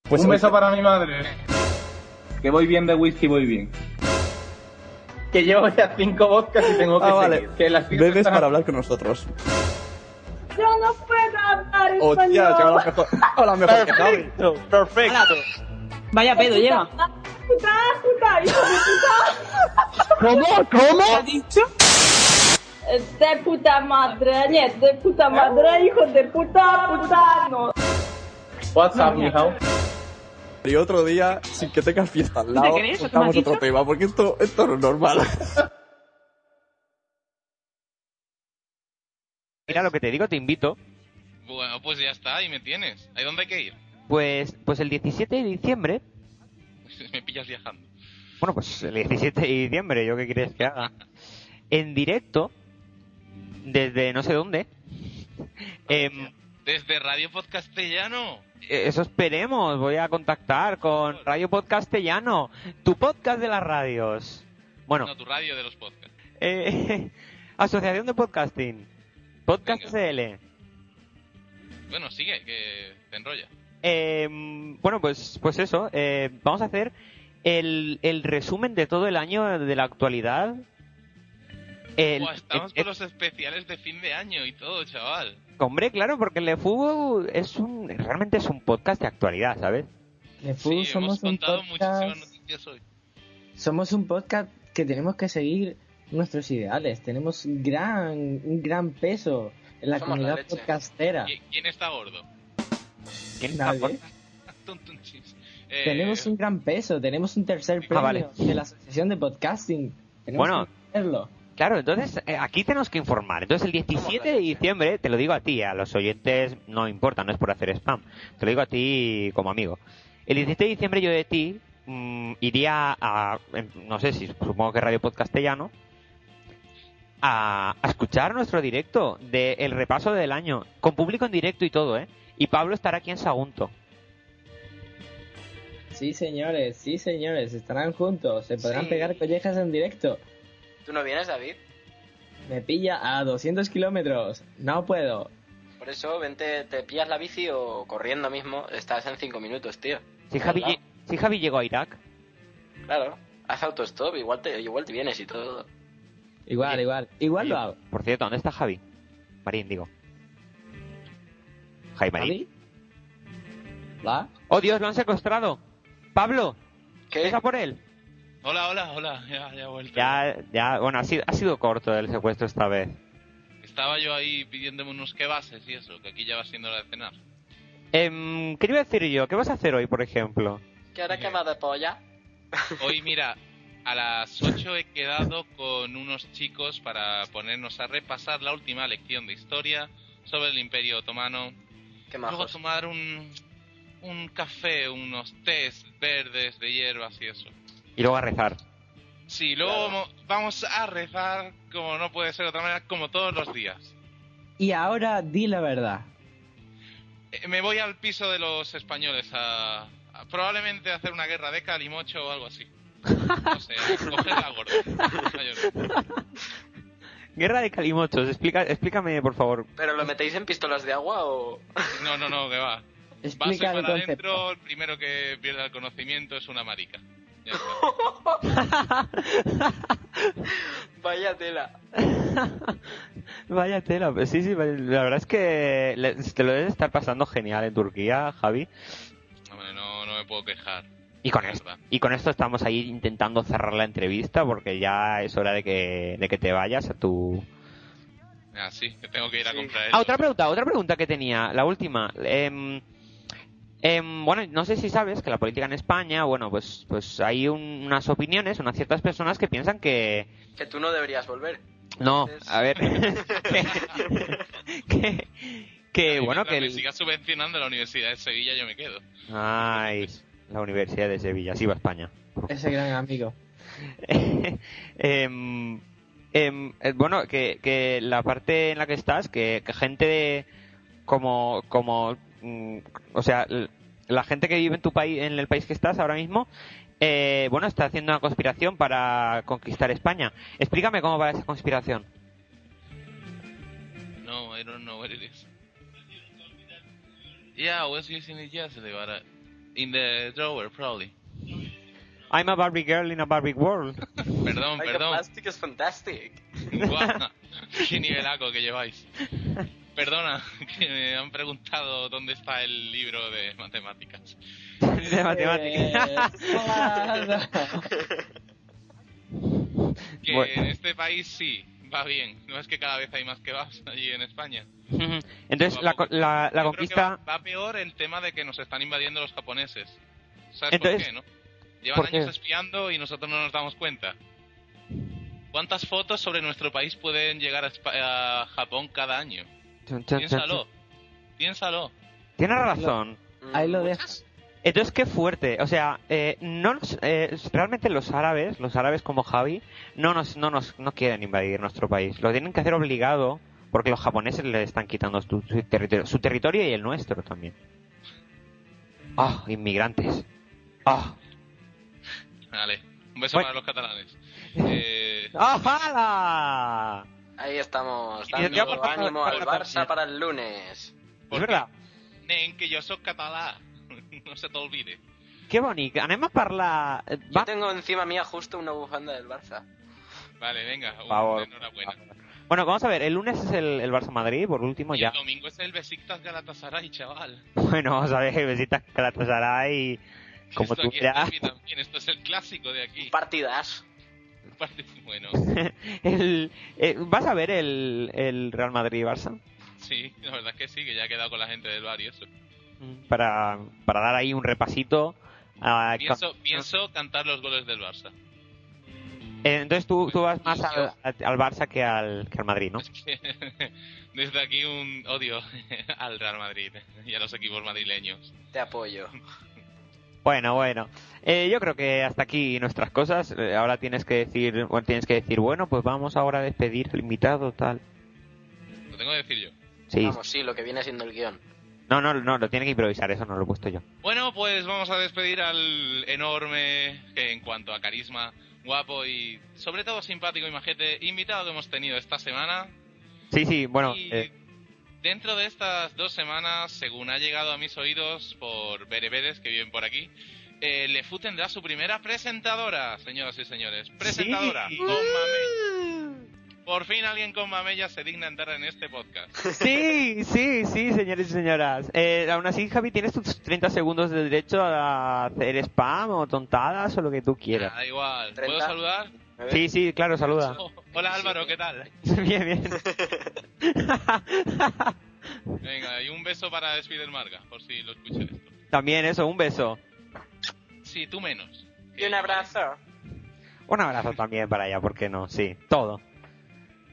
[SPEAKER 15] Pues un beso para mi madre. Que voy bien de whisky, voy bien. Que llevo ya cinco vodkas y tengo que
[SPEAKER 10] Ah, vale.
[SPEAKER 15] seguir. Que las cinco
[SPEAKER 10] Bebes
[SPEAKER 15] están-
[SPEAKER 10] para hablar con nosotros.
[SPEAKER 11] Yo no puedo hablar
[SPEAKER 10] Hostia, chaval, la mejor, a la mejor que Javi.
[SPEAKER 11] Perfecto. Vaya pedo lleva. Puta, puta, hijo
[SPEAKER 16] ¿Cómo? ¿Cómo?
[SPEAKER 11] ¿Qué ha dicho?
[SPEAKER 16] De puta madre, нет, de puta madre, hijo de puta, putano.
[SPEAKER 10] What's up, mijo? Y otro día, sin que tengas fiesta al
[SPEAKER 16] ¿Tú te
[SPEAKER 10] lado,
[SPEAKER 16] crees lo que me has
[SPEAKER 10] buscamos otro
[SPEAKER 16] dicho?
[SPEAKER 10] tema, porque esto, esto no es normal.
[SPEAKER 4] Mira lo que te digo, te invito.
[SPEAKER 3] Bueno, pues ya está, ahí me tienes. ¿Ahí dónde hay que ir?
[SPEAKER 4] Pues, pues el 17 de diciembre,
[SPEAKER 3] me pillas viajando.
[SPEAKER 4] bueno, pues el 17 de diciembre, ¿yo qué quieres que haga? En directo, desde no sé dónde.
[SPEAKER 3] Ah,
[SPEAKER 4] Em,
[SPEAKER 3] Desde Radio Podcastellano.
[SPEAKER 4] Eh, Eso esperemos. Voy a contactar con Radio Podcastellano, tu podcast de las radios. Bueno,
[SPEAKER 3] No, tu radio de los podcasts.
[SPEAKER 4] eh, Asociación de Podcasting, Podcast SL.
[SPEAKER 3] Bueno, sigue, que te enrolla.
[SPEAKER 4] Eh, bueno, pues, pues eso. eh, vamos a hacer el, el resumen de todo el año de la actualidad. El-
[SPEAKER 3] Buah, estamos
[SPEAKER 4] el-
[SPEAKER 3] con los especiales de fin de año y todo, chaval.
[SPEAKER 4] hombre, claro, porque Le Fugo es un, realmente es un podcast de actualidad, ¿sabes?
[SPEAKER 13] Le Fou somos un podcast. Somos un podcast que tenemos que seguir nuestros ideales. Tenemos gran, un gran peso en la
[SPEAKER 3] Somos la
[SPEAKER 13] comunidad
[SPEAKER 3] leche.
[SPEAKER 13] podcastera.
[SPEAKER 3] ¿Qui- ¿Quién está gordo?
[SPEAKER 13] Nadie.
[SPEAKER 3] Tuntun chis. Eh,
[SPEAKER 13] Tenemos un gran peso. Tenemos un tercer
[SPEAKER 3] Ah,
[SPEAKER 13] premio
[SPEAKER 4] vale.
[SPEAKER 13] de la Asociación de Podcasting. Tenemos
[SPEAKER 4] Bueno.
[SPEAKER 13] que hacerlo.
[SPEAKER 4] Claro, entonces eh, aquí tenemos que informar. Entonces el 17 de diciembre, te lo digo a ti, a los oyentes no importa, no es por hacer spam, te lo digo a ti como amigo. El 17 de diciembre yo de ti mm, iría a, em, no sé si supongo que Radio Podcastellano, a, a escuchar nuestro directo del repaso del año, con público en directo y todo, ¿eh? Y Pablo estará aquí en Sagunto.
[SPEAKER 13] Sí, señores, sí, señores. Estarán juntos. Se podrán pegar collejas en directo.
[SPEAKER 5] ¿Tú no vienes, David?
[SPEAKER 13] Me pilla a 200 kilómetros. No puedo.
[SPEAKER 5] Por eso, vente, te pillas la bici o corriendo mismo. Estás en cinco minutos, tío.
[SPEAKER 4] Si Javi,
[SPEAKER 5] Al lado.
[SPEAKER 4] lle- si Javi llegó a Irak,
[SPEAKER 5] Claro. Haz autostop, igual te, igual te vienes y todo.
[SPEAKER 13] igual, igual, igual lo hago.
[SPEAKER 4] por cierto, ¿dónde está Javi? Marín, digo. Javi Marín. ¡Oh, Dios, lo han secuestrado! ¡Pablo!
[SPEAKER 5] ¿Qué?
[SPEAKER 4] a por él!
[SPEAKER 3] Hola, hola, hola. Ya, ya he vuelto.
[SPEAKER 4] Ya, ya, bueno, ha sido, ha sido corto el secuestro esta vez.
[SPEAKER 3] Estaba yo ahí pidiéndome unos bases y eso, que aquí ya va siendo hora de cenar.
[SPEAKER 4] Em, ¿Qué te iba a decir yo? ¿Qué vas a hacer hoy, por ejemplo?
[SPEAKER 5] ¿Qué hará quema de polla?
[SPEAKER 3] Hoy, mira, a las 8 he quedado con unos chicos para ponernos a repasar la última lección de historia sobre el Imperio Otomano. Luego
[SPEAKER 5] majos.
[SPEAKER 3] tomar un, un café, unos tés verdes de hierbas y eso.
[SPEAKER 4] Y luego a rezar.
[SPEAKER 3] Sí, luego mo- vamos a rezar, como no puede ser de otra manera, como todos los días.
[SPEAKER 13] Y ahora di la verdad.
[SPEAKER 3] Eh, me voy al piso de los españoles a, a probablemente hacer una guerra de calimocho o algo así. No sé, a coger la gorda. No, yo no.
[SPEAKER 4] Guerra de calimochos, explica, explícame, por favor.
[SPEAKER 5] ¿Pero lo metéis en pistolas de agua o...?
[SPEAKER 3] No, no, no, que va. Va a ser
[SPEAKER 4] Explica el
[SPEAKER 3] para
[SPEAKER 4] concepto.
[SPEAKER 3] adentro, el primero que pierda el conocimiento es una marica. Ya está.
[SPEAKER 5] Vaya tela.
[SPEAKER 4] Vaya tela, pues sí, sí, la verdad es que le- te lo debes estar pasando genial en Turquía, Javi.
[SPEAKER 3] Hombre, no, no me puedo quejar.
[SPEAKER 4] Y con, esto, y con esto estamos ahí intentando cerrar la entrevista porque ya es hora de que, de que te vayas a tu...
[SPEAKER 3] Ah, sí, que tengo que ir a comprar
[SPEAKER 4] Ah,
[SPEAKER 3] eso.
[SPEAKER 4] otra pregunta, otra pregunta que tenía, la última. Em, Em, bueno, no sé si sabes que la política en España, bueno, pues, pues hay un- unas opiniones, unas ciertas personas que piensan que,
[SPEAKER 5] Que tú no deberías volver.
[SPEAKER 4] No, a ver. que, que- que, eh, bueno,
[SPEAKER 3] Mientras
[SPEAKER 4] que
[SPEAKER 3] me
[SPEAKER 4] el-
[SPEAKER 3] siga subvencionando la Universidad de Sevilla, yo me quedo.
[SPEAKER 4] Ay, la Universidad de Sevilla, sí va a España.
[SPEAKER 13] Ese gran amigo.
[SPEAKER 4] Em, em, eh, bueno, que, que la parte en la que estás, que, que gente de- como, como, mm, o sea, l- la gente que vive en tu país, en el país que estás ahora mismo, eh, bueno, está haciendo una conspiración para conquistar España. Explícame cómo va esa conspiración.
[SPEAKER 3] No, I don't know what it is. Yeah, I was using it yesterday, but uh, in the drawer, probably.
[SPEAKER 4] I'm a Barbie girl in a Barbie world.
[SPEAKER 3] Perdón,
[SPEAKER 5] Like, the
[SPEAKER 3] perdón.
[SPEAKER 5] plastic is fantastic.
[SPEAKER 3] Guau, qué nivelaco que lleváis. Perdona, que me han preguntado dónde está el libro de matemáticas.
[SPEAKER 4] De matemáticas.
[SPEAKER 13] Eh,
[SPEAKER 3] Que
[SPEAKER 4] Bueno.
[SPEAKER 3] en este país sí, va bien. No es que cada vez hay más que vas allí en España.
[SPEAKER 4] Ujú. Entonces, la, co- la, la
[SPEAKER 3] Eh. Yo creo que
[SPEAKER 4] conquista.
[SPEAKER 3] va, va peor el tema de que nos están invadiendo los japoneses. ¿Sabes por
[SPEAKER 4] Entonces,
[SPEAKER 3] qué, no? Llevan
[SPEAKER 4] ¿por
[SPEAKER 3] años
[SPEAKER 4] qué?
[SPEAKER 3] espiando y nosotros no nos damos cuenta. ¿Cuántas fotos sobre nuestro país pueden llegar a, Espa- a Japón cada año?
[SPEAKER 4] Chon, chon, chon,
[SPEAKER 3] Piénsalo. Piénsalo.
[SPEAKER 4] chon. Tienes razón.
[SPEAKER 13] Ahí lo dejas.
[SPEAKER 4] Entonces, qué fuerte. O sea, eh, no nos- eh, realmente los árabes, los árabes como Javi, no nos, no nos no quieren invadir nuestro país. Lo tienen que hacer obligado porque los japoneses le están quitando su, su territorio, su territorio y el nuestro también. Ah, inmigrantes. Ah,
[SPEAKER 3] Vale. Un beso para los catalanes. Eh,
[SPEAKER 4] ¡Ah,
[SPEAKER 5] Ahí estamos,
[SPEAKER 3] Y ya
[SPEAKER 5] dando
[SPEAKER 3] por-
[SPEAKER 5] ánimo
[SPEAKER 3] por-
[SPEAKER 5] al
[SPEAKER 3] por-
[SPEAKER 5] Barça para el lunes.
[SPEAKER 4] Es verdad.
[SPEAKER 3] nen, que yo soy catalá. no se te olvide.
[SPEAKER 4] Qué bonito. Anem a parlar... eh,
[SPEAKER 5] Yo Ah, tengo encima mía justo una bufanda del Barça.
[SPEAKER 3] Vale, venga. un-
[SPEAKER 4] favor.
[SPEAKER 3] Enhorabuena.
[SPEAKER 4] Bueno, vamos a ver. El lunes es el, el Barça-Madrid, por último
[SPEAKER 3] Y el
[SPEAKER 4] ya.
[SPEAKER 3] domingo es el Besiktas Galatasaray, chaval.
[SPEAKER 4] Bueno, vamos a ver, besitas Galatasaray y como
[SPEAKER 3] esto
[SPEAKER 4] tú
[SPEAKER 3] aquí es
[SPEAKER 4] quieras.
[SPEAKER 3] derbi también, esto es el clásico de aquí.
[SPEAKER 5] Partidas.
[SPEAKER 3] Bueno,
[SPEAKER 4] El- eh, ¿Vas a ver el, el Real Madrid-Barça?
[SPEAKER 3] sí, la verdad es que sí, que ya he quedado con la gente del barrio. eso.
[SPEAKER 5] Mm.
[SPEAKER 4] Para, para dar ahí un repasito. ah, a-
[SPEAKER 3] Pienso, pienso cantar los goles del Barça.
[SPEAKER 4] Eh, entonces tú, tú vas más al, al Barça que al, que al Madrid, ¿no?
[SPEAKER 3] Pues Desde aquí un odio al Real Madrid y a los equipos madrileños.
[SPEAKER 5] Te apoyo.
[SPEAKER 4] Bueno, bueno. Eh, yo creo que hasta aquí nuestras cosas. Eh, ahora tienes que decir, bueno, tienes que decir, bueno, pues vamos ahora a despedir al invitado, tal.
[SPEAKER 3] Lo tengo que decir yo.
[SPEAKER 4] Sí.
[SPEAKER 5] Vamos, sí, lo que viene siendo el guión.
[SPEAKER 4] No, no, no, lo tiene que improvisar, eso no lo he puesto yo.
[SPEAKER 3] Bueno, pues vamos a despedir al enorme, que en cuanto a carisma, guapo y sobre todo simpático y majete, invitado que hemos tenido esta semana.
[SPEAKER 4] Sí, sí, bueno.
[SPEAKER 3] Y-
[SPEAKER 4] eh,
[SPEAKER 3] Dentro de estas dos semanas, según ha llegado a mis oídos por bereberes que viven por aquí, eh, Lefou tendrá su primera presentadora, señoras y señores. Presentadora.
[SPEAKER 4] Sí.
[SPEAKER 3] Con
[SPEAKER 4] eh.
[SPEAKER 3] Mame- Por fin alguien con Mamella se digna entrar en este podcast.
[SPEAKER 4] Sí, sí, sí, señores y señoras. Eh, aún así, Javi, tienes tus 30 segundos de derecho a hacer spam o tontadas o lo que tú quieras.
[SPEAKER 3] Da igual. ¿Puedo saludar?
[SPEAKER 4] Sí, sí, claro, saluda.
[SPEAKER 3] Oh, hola Álvaro, ¿qué tal?
[SPEAKER 4] Bien, bien.
[SPEAKER 3] Venga, y un beso para Spider Marga, por si lo escuchas.
[SPEAKER 4] También eso, un beso.
[SPEAKER 3] Sí, tú menos.
[SPEAKER 5] Y
[SPEAKER 3] Eh,
[SPEAKER 5] un abrazo.
[SPEAKER 4] Un abrazo también para ella, ¿por qué no? Sí, todo.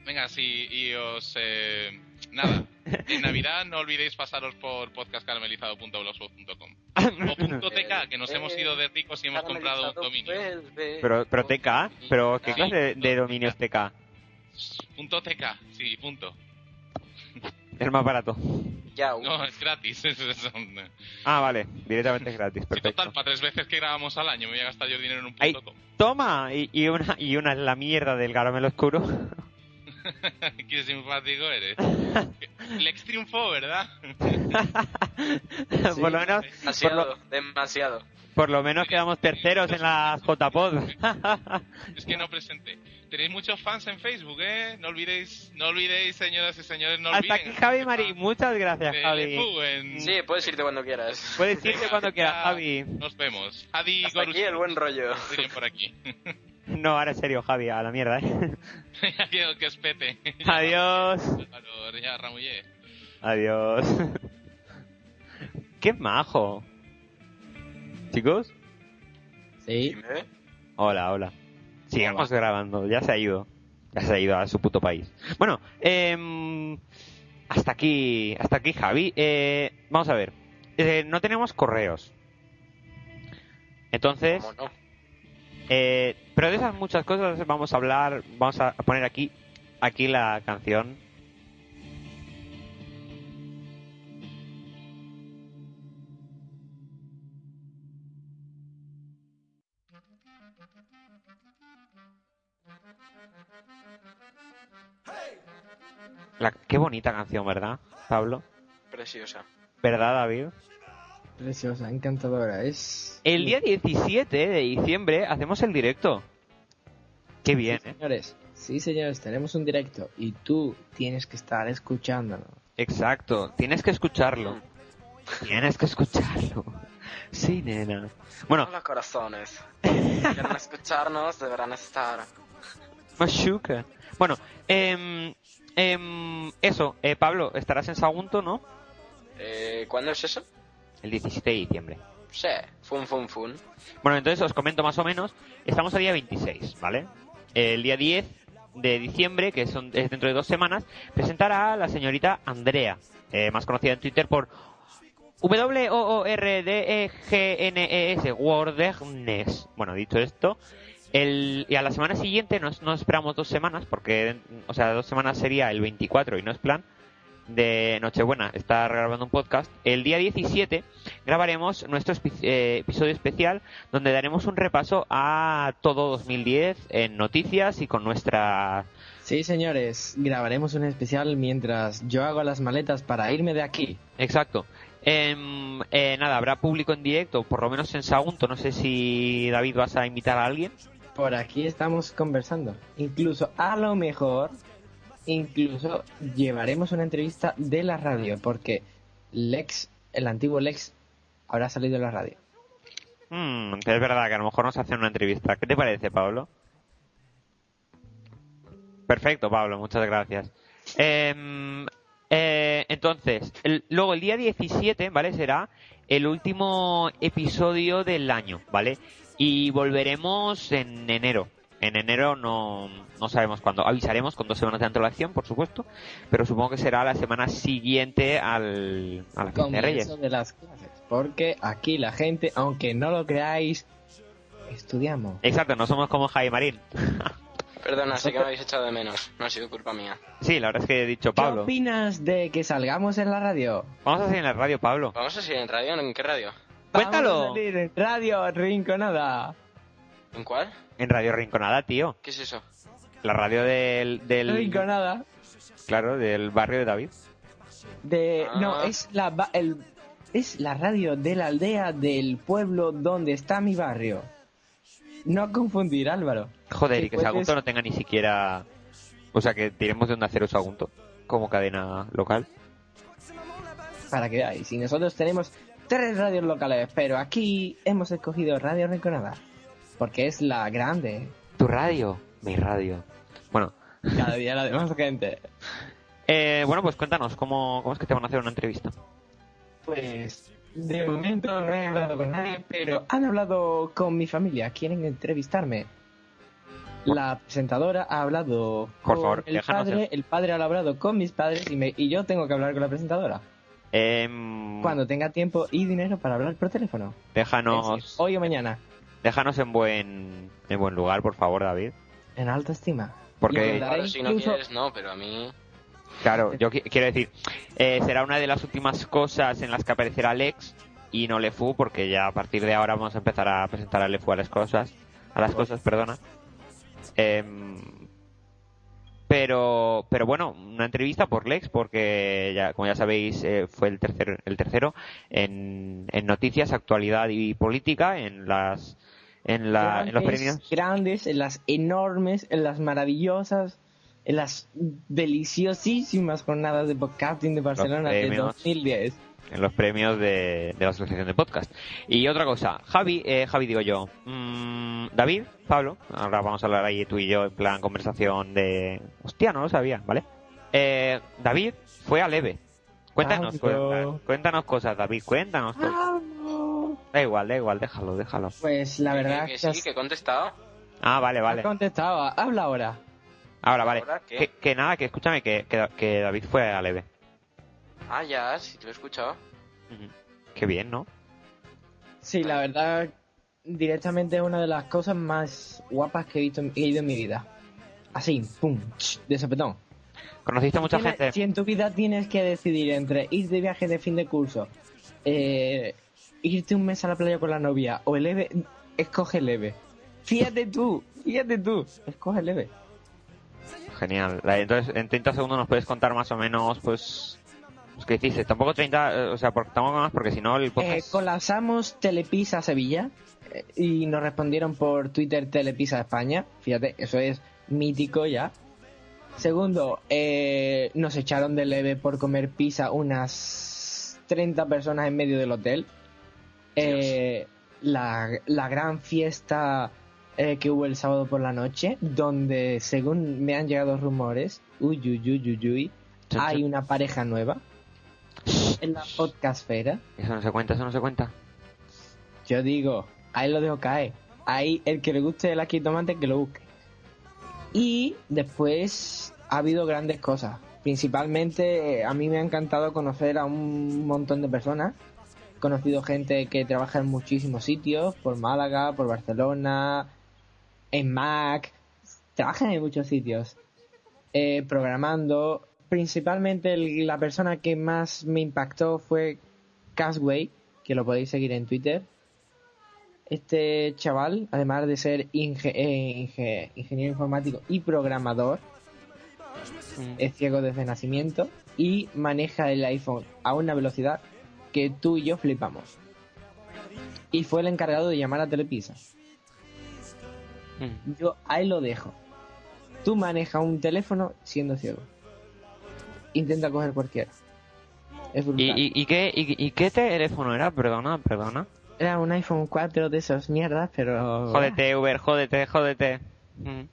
[SPEAKER 3] Venga, sí, y os... eh, nada, en Navidad no olvidéis pasaros por podcastcaramelizado.blogspot.com
[SPEAKER 4] Ah,
[SPEAKER 3] o punto .tk, que nos hemos ido de ricos y hemos comprado un dominio.
[SPEAKER 4] Pero, pero TK, pero ¿qué clase de, de dominio es TK?
[SPEAKER 3] Punto .tk, sí, punto.
[SPEAKER 4] El más barato.
[SPEAKER 3] No, es gratis. es- es-
[SPEAKER 4] Ah, vale, directamente es gratis, perfecto.
[SPEAKER 3] Total, para tres veces que grabamos al año me voy a gastar yo dinero en un
[SPEAKER 4] Ahí,
[SPEAKER 3] punto com.
[SPEAKER 4] toma, y, y una, y una es la mierda del caramelo oscuro.
[SPEAKER 3] Qué simpático eres. Lex triunfó, ¿verdad?
[SPEAKER 4] por lo menos, por
[SPEAKER 5] Demasiado,
[SPEAKER 4] lo,
[SPEAKER 5] demasiado.
[SPEAKER 4] por lo menos quedamos terceros en la JPod.
[SPEAKER 3] Es que no presenté. Tenéis muchos fans en Facebook, ¿eh? No olvidéis, no olvidéis, señoras y señores, no
[SPEAKER 4] Hasta
[SPEAKER 3] olviden.
[SPEAKER 4] aquí Javi Marín, muchas gracias
[SPEAKER 3] de
[SPEAKER 4] Javi.
[SPEAKER 5] uh,
[SPEAKER 3] LFU en-
[SPEAKER 5] Sí, puedes irte cuando quieras.
[SPEAKER 4] Puedes irte cuando quieras Javi.
[SPEAKER 3] Nos vemos. Adi
[SPEAKER 5] Hasta aquí el buen rollo.
[SPEAKER 3] Dirían por aquí.
[SPEAKER 4] No, ahora en serio Javi, a la mierda, eh.
[SPEAKER 3] que, que os pete.
[SPEAKER 4] Adiós.
[SPEAKER 3] Álvaro, ya, Ramullé.
[SPEAKER 4] Adiós. Qué majo. ¿Chicos?
[SPEAKER 13] Sí.
[SPEAKER 4] Hola, hola. Sigamos grabando, ya se ha ido. Ya se ha ido a su puto país. Bueno, em, hasta aquí, hasta aquí Javi. Eh, vamos a ver. Eh, no tenemos correos. Entonces, eh, pero de esas muchas cosas vamos a hablar, vamos a poner aquí, aquí la canción. La- qué bonita canción, ¿verdad, Pablo?
[SPEAKER 5] Preciosa.
[SPEAKER 4] ¿Verdad, David?
[SPEAKER 13] Preciosa, encantadora. Es.
[SPEAKER 4] El día 17 de diciembre hacemos el directo. Qué bien, ¿eh?
[SPEAKER 13] Señores, sí, señores, tenemos un directo y tú tienes que estar escuchándolo.
[SPEAKER 4] Exacto, tienes que escucharlo. Tienes que escucharlo. Sí, nena. Bueno,
[SPEAKER 5] Hola, corazones. Si quieren escucharnos, deberán estar.
[SPEAKER 4] Machuca. Bueno, em, em, eso, eh, Pablo, estarás en Sagunto, ¿no?
[SPEAKER 5] Eh, ¿Cuándo es eso?
[SPEAKER 4] El 17 de diciembre.
[SPEAKER 5] Sí, fun, fun, fun.
[SPEAKER 4] Bueno, entonces os comento más o menos. Estamos a día 26, ¿vale? El día 10 de diciembre, que son, es dentro de dos semanas, presentará a la señorita Andrea, eh, más conocida en Twitter por E W-O-O-R-D-E-G-N-E-S, E Wordegnes. Bueno, dicho esto, el, y a la semana siguiente no, es- no esperamos dos semanas, porque, o sea, dos semanas sería el 24 y no es plan, de Nochebuena, está grabando un podcast. El día 17 grabaremos nuestro espi- eh, episodio especial donde daremos un repaso a todo 2010 en noticias y con nuestra...
[SPEAKER 13] Sí, señores, grabaremos un especial mientras yo hago las maletas para irme de aquí.
[SPEAKER 4] Exacto. Em, eh, nada, habrá público en directo, por lo menos en Sagunto. No sé si David vas a invitar a alguien.
[SPEAKER 13] Por aquí estamos conversando. Incluso, a lo mejor, incluso llevaremos una entrevista de la radio, porque Lex, el antiguo Lex, habrá salido de la radio.
[SPEAKER 4] Mm, es verdad que a lo mejor nos hacen una entrevista. ¿Qué te parece, Pablo? Perfecto, Pablo, muchas gracias. Em, eh, entonces, el- luego el día 17, ¿vale? Será el último episodio del año, ¿vale? Y volveremos en enero. En enero no, no sabemos cuándo. Avisaremos con dos semanas de antelación, por supuesto, pero supongo que será la semana siguiente al, a la fiesta de Reyes.
[SPEAKER 13] Comienzo de las clases, porque aquí la gente, aunque no lo creáis, estudiamos.
[SPEAKER 4] Exacto, no somos como Jaime Marín.
[SPEAKER 5] Perdona, sé que me habéis echado de menos. No ha sido culpa mía.
[SPEAKER 4] Sí, la verdad es que he dicho
[SPEAKER 13] ¿Qué
[SPEAKER 4] Pablo.
[SPEAKER 13] opinas de que salgamos en la radio?
[SPEAKER 4] Vamos a seguir en la radio, Pablo.
[SPEAKER 5] ¿Vamos a seguir en radio? ¿En qué radio?
[SPEAKER 13] Vamos a salir en radio Rinconada.
[SPEAKER 5] ¿En cuál?
[SPEAKER 4] En Radio Rinconada, tío.
[SPEAKER 5] ¿Qué es eso?
[SPEAKER 4] La radio del... del
[SPEAKER 13] Rinconada.
[SPEAKER 4] Claro, del barrio de David.
[SPEAKER 13] De, No,
[SPEAKER 4] Ah.
[SPEAKER 13] es la, ba- el, es la radio de la aldea del pueblo donde está mi barrio. No confundir, Álvaro.
[SPEAKER 4] Joder, y que
[SPEAKER 13] puedes-
[SPEAKER 4] Sagunto no tenga ni siquiera... O sea, que tiremos de Onda Cero Sagunto como cadena local.
[SPEAKER 13] Para que veáis, y nosotros tenemos tres radios locales, pero aquí hemos escogido Radio Rinconada. Porque es la grande.
[SPEAKER 4] Tu radio, mi radio. Bueno,
[SPEAKER 13] Cada día la de más gente.
[SPEAKER 4] eh, bueno pues cuéntanos, ¿cómo, ¿cómo es que te van a hacer una entrevista?
[SPEAKER 13] Pues de momento no he hablado con nadie, pero han hablado con mi familia, quieren entrevistarme. La presentadora ha hablado
[SPEAKER 4] Por
[SPEAKER 13] con
[SPEAKER 4] favor,
[SPEAKER 13] el
[SPEAKER 4] déjanos
[SPEAKER 13] padre,
[SPEAKER 4] en-
[SPEAKER 13] el padre ha hablado con mis padres y, me- y yo tengo que hablar con la presentadora.
[SPEAKER 4] Em,
[SPEAKER 13] Cuando tenga tiempo y dinero para hablar por teléfono.
[SPEAKER 4] déjanos,
[SPEAKER 13] Hoy o mañana,
[SPEAKER 4] déjanos en buen, en buen lugar, por favor, David.
[SPEAKER 13] en alta estima.
[SPEAKER 4] Porque...
[SPEAKER 5] Claro, si no
[SPEAKER 13] incluso-
[SPEAKER 5] quieres, no, pero a mí.
[SPEAKER 4] Claro, yo qui- quiero decir, eh, será una de las últimas cosas en las que aparecerá Lex y no Lefu, porque ya a partir de ahora vamos a empezar a presentar a Lefu a las cosas, a las cosas, perdona. Em, pero, pero bueno, una entrevista por Lex, porque ya, como ya sabéis, eh, fue el tercer, el tercero en, en noticias, actualidad y política en las, en la, en los
[SPEAKER 13] Grandes,
[SPEAKER 4] premios.
[SPEAKER 13] Grandes, en las enormes, en las maravillosas, en las deliciosísimas jornadas de podcasting de Barcelona de
[SPEAKER 4] premios.
[SPEAKER 13] 2010.
[SPEAKER 4] en los premios de, de la Asociación de Podcast. Y otra cosa, Javi, eh, Javi digo yo, mm, David, Pablo, ahora vamos a hablar ahí tú y yo en plan conversación de... Hostia, no lo sabía, ¿vale? Eh, David fue a Leve. Cuéntanos,
[SPEAKER 13] Pablo.
[SPEAKER 5] Pues,
[SPEAKER 4] cosas, cuéntanos cosas, David, cuéntanos cosas. Da igual, da igual, déjalo, déjalo.
[SPEAKER 13] Ah, Pues la verdad
[SPEAKER 5] que
[SPEAKER 13] que
[SPEAKER 5] sí,
[SPEAKER 13] has-
[SPEAKER 5] que he contestado.
[SPEAKER 4] Ah, vale,
[SPEAKER 13] has
[SPEAKER 4] vale.
[SPEAKER 13] contestado. Habla ahora.
[SPEAKER 4] Ahora, vale.
[SPEAKER 5] ¿Ahora qué?
[SPEAKER 4] Que, que nada, que escúchame, que, que, que David fue a leve.
[SPEAKER 5] Ah, ya, sí, lo he escuchado.
[SPEAKER 4] Qué bien, ¿no?
[SPEAKER 13] Sí, la verdad, directamente es una de las cosas más guapas que he visto que he ido en mi vida. Así, pum, ch, de sopetón.
[SPEAKER 4] ¿Conociste a mucha
[SPEAKER 13] Tienes-
[SPEAKER 4] gente?
[SPEAKER 13] Si en tu vida tienes que decidir entre ir de viaje de fin de curso, eh, irte un mes a la playa con la novia o el EVE, escoge el EVE. Fíjate tú, fíjate tú, escoge el EVE.
[SPEAKER 4] Genial. Vale, Entonces, en 30 segundos nos puedes contar más o menos, pues, pues qué hiciste. Tampoco 30, eh, o sea, porque, tampoco más, porque si no el
[SPEAKER 13] Eh,
[SPEAKER 4] podcast...
[SPEAKER 13] colapsamos Telepisa Sevilla eh, y nos respondieron por Twitter Telepisa España. Fíjate, eso es mítico ya. Segundo, eh, nos echaron de leve por comer pizza unas 30 personas en medio del hotel. Eh, la, la gran fiesta eh, que hubo el sábado por la noche, donde según me han llegado rumores, uy, uy, uy, uy, uy,
[SPEAKER 4] Chon,
[SPEAKER 13] hay
[SPEAKER 4] chon.
[SPEAKER 13] una pareja nueva en la podcastfera.
[SPEAKER 4] Eso no se cuenta, eso no se cuenta.
[SPEAKER 13] Yo digo, ahí lo dejo caer. Ahí el que le guste el aquí tomate que lo busque. Y después ha habido grandes cosas. Principalmente eh, a mí me ha encantado conocer a un montón de personas. He conocido gente que trabaja en muchísimos sitios, por Málaga, por Barcelona, en Mac. Trabajan en muchos sitios. eh, programando. Principalmente el- la persona que más me impactó fue Casway, que lo podéis seguir en Twitter. Este chaval, además de ser inge- eh, inge- ingeniero informático y programador,
[SPEAKER 4] Mm,
[SPEAKER 13] es ciego desde nacimiento y maneja el iPhone a una velocidad que tú y yo flipamos. Y fue el encargado de llamar a Telepisa.
[SPEAKER 4] mm.
[SPEAKER 13] Yo ahí lo dejo. Tú manejas un teléfono siendo ciego. Intenta coger cualquiera. Es
[SPEAKER 4] ¿Y,
[SPEAKER 13] brutal.
[SPEAKER 4] y, y qué, y, y qué teléfono era? Perdona, perdona.
[SPEAKER 13] Era un iPhone 4 de esas mierdas, pero...
[SPEAKER 4] Jódete, Uber, jódete, jódete. Mm.
[SPEAKER 13] ¿Eh?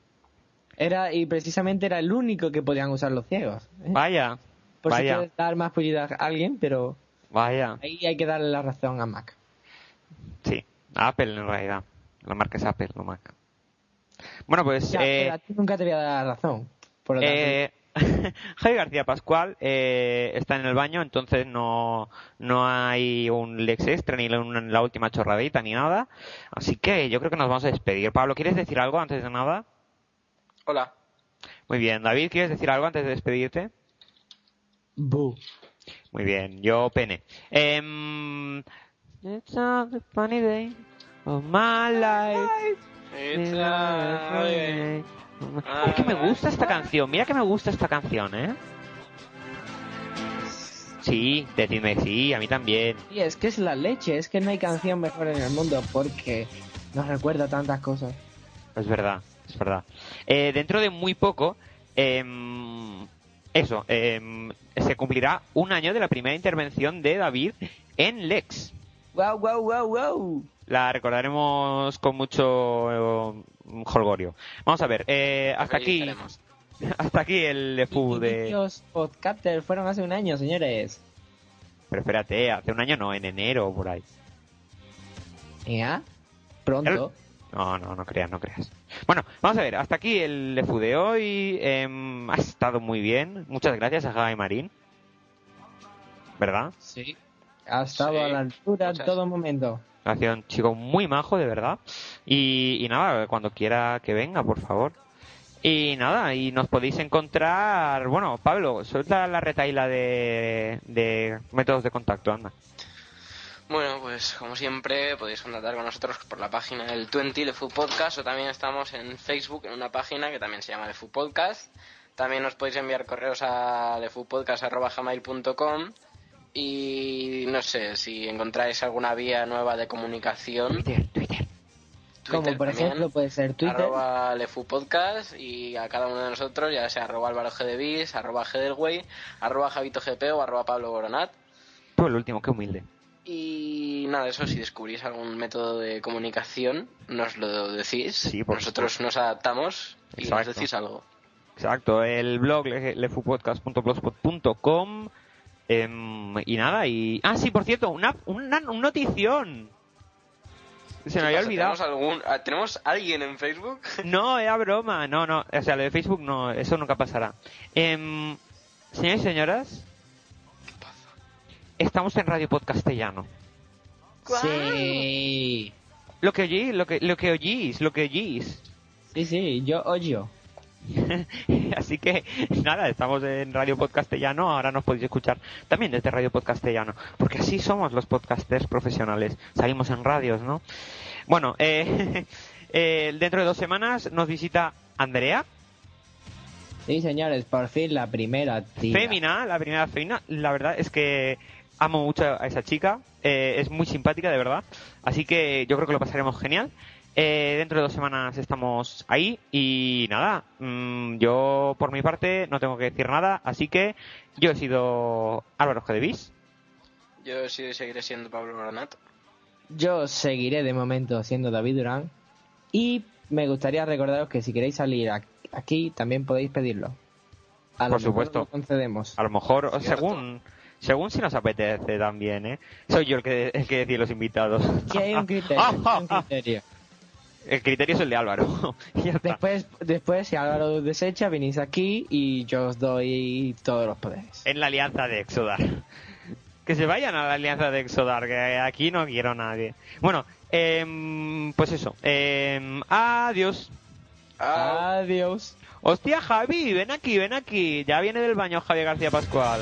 [SPEAKER 13] Era, y precisamente era el único que podían usar los ciegos. ¿eh?
[SPEAKER 4] Vaya,
[SPEAKER 13] Por si
[SPEAKER 4] vaya,
[SPEAKER 13] quieres dar más publicidad a alguien, pero
[SPEAKER 4] vaya.
[SPEAKER 13] ahí hay que darle la razón a Mac.
[SPEAKER 4] Sí, a Apple en realidad. La marca es Apple, no Mac. Bueno, pues...
[SPEAKER 13] Ya,
[SPEAKER 4] eh,
[SPEAKER 13] pero a ti nunca te voy a dar la razón. Por lo tanto,
[SPEAKER 4] Eh, Javi García Pascual eh, está en el baño, entonces no, no hay un Lex Extra ni la- un- la última chorradita ni nada. Así que yo creo que nos vamos a despedir. Pablo, ¿quieres decir algo antes de nada?
[SPEAKER 5] Hola.
[SPEAKER 4] Muy bien. David, ¿quieres decir algo antes de despedirte?
[SPEAKER 13] Bu.
[SPEAKER 4] Muy bien. Yo pene. Em, It's a funny day of my life.
[SPEAKER 5] It's a funny day.
[SPEAKER 4] Uy, que me gusta esta canción. Mira que me gusta esta canción, ¿eh? Sí, decidme sí, a mí también.
[SPEAKER 13] y es que es la leche, es que no hay canción mejor en el mundo porque nos recuerda tantas cosas.
[SPEAKER 4] Es verdad, es verdad. Eh, dentro de muy poco, em, eso, em, se cumplirá un año de la primera intervención de David en Lex.
[SPEAKER 13] ¡Wow, wow, wow, wow!
[SPEAKER 4] La recordaremos con mucho eh, jolgorio. Vamos a ver, eh, hasta aquí
[SPEAKER 5] Analizaremos.
[SPEAKER 4] hasta aquí el FU de...
[SPEAKER 13] Los podcasters fueron hace un año, señores.
[SPEAKER 4] Pero espérate, hace un año no, en enero o por ahí.
[SPEAKER 13] ¿Ya? Pronto.
[SPEAKER 4] No, no, no creas, no creas. Bueno, vamos a ver, hasta aquí el FU de hoy. em, ha estado muy bien. Muchas gracias a Javi Marín. ¿Verdad?
[SPEAKER 13] Sí. Ha estado a la altura en todo momento.
[SPEAKER 4] Ha sido un chico muy majo, de verdad. Y, y nada, cuando quiera que venga, por favor. Y nada, y nos podéis encontrar. Bueno, Pablo, suelta la retaila de, de métodos de contacto, anda.
[SPEAKER 5] Bueno, pues como siempre podéis contactar con nosotros por la página del 20 LeFu Podcast o también estamos en Facebook en una página que también se llama LeFu Podcast. También nos podéis enviar correos a lefupodcast.com y no sé, si encontráis alguna vía nueva de comunicación. Twitter, Twitter.
[SPEAKER 13] Como por
[SPEAKER 5] también.
[SPEAKER 13] ejemplo puede ser Twitter.
[SPEAKER 5] arroba lefupodcast y a cada uno de nosotros, ya sea arroba álvaro gdevis, arroba gdelway, arroba javito gp o arroba pablo boronat.
[SPEAKER 4] Tú el Pues último, qué humilde.
[SPEAKER 5] Y nada, eso, si descubrís algún método de comunicación, nos lo decís. Nosotros nos adaptamos y
[SPEAKER 4] Exacto.
[SPEAKER 5] nos decís algo.
[SPEAKER 4] Exacto, el blog le- lefupodcast.blogspot.com. em, y nada, y. Ah, sí, por cierto, una, una- un notición. Se me
[SPEAKER 5] ¿Qué
[SPEAKER 4] había
[SPEAKER 5] pasa?
[SPEAKER 4] olvidado.
[SPEAKER 5] ¿Tenemos, algún, ah, ¿Tenemos alguien en Facebook?
[SPEAKER 4] No, era broma. No, no. O sea, lo de Facebook no, eso nunca pasará. Em, señores y señoras, estamos en Radio Podcastellano.
[SPEAKER 13] Sí.
[SPEAKER 4] Lo que oí, lo que, lo que oís, lo que oís.
[SPEAKER 13] Sí, sí, yo oyo.
[SPEAKER 4] Así que, nada, estamos en Radio Podcastellano, ahora nos podéis escuchar también desde Radio Podcastellano, porque así somos los podcasters profesionales, salimos en radios, ¿no? Bueno, eh, eh, dentro de dos semanas nos visita Andrea,
[SPEAKER 13] Sí, señores, por fin la primera tía.
[SPEAKER 4] Femina, la primera femina. La verdad es que amo mucho a esa chica. eh, es muy simpática, de verdad. Así que yo creo que lo pasaremos genial. Eh, dentro de dos semanas estamos ahí y nada, mm, yo por mi parte no tengo que decir nada, así que yo he sido Álvaro Gedevis.
[SPEAKER 5] Yo sí seguiré siendo Pablo Granato.
[SPEAKER 13] Yo seguiré de momento siendo David Durán y me gustaría recordaros que si queréis salir a- aquí también podéis pedirlo. A lo
[SPEAKER 4] Por
[SPEAKER 13] mejor
[SPEAKER 4] supuesto.
[SPEAKER 13] lo concedemos.
[SPEAKER 4] A lo mejor, o
[SPEAKER 13] Cierto.
[SPEAKER 4] según, según si nos apetece también, ¿eh? Soy yo el que, el que decide los invitados.
[SPEAKER 13] Que hay un
[SPEAKER 4] Ah,
[SPEAKER 13] criterio, hay un criterio.
[SPEAKER 4] El criterio es el de Álvaro.
[SPEAKER 13] Después, después, si Álvaro os desecha, venís aquí y yo os doy todos los poderes.
[SPEAKER 4] en la alianza de Exodar. Que se vayan a la alianza de Exodar, que aquí no quiero a nadie. Bueno, em, pues eso. em, adiós.
[SPEAKER 13] Adiós.
[SPEAKER 4] Hostia, Javi, ven aquí, ven aquí. Ya viene del baño Javier García Pascual.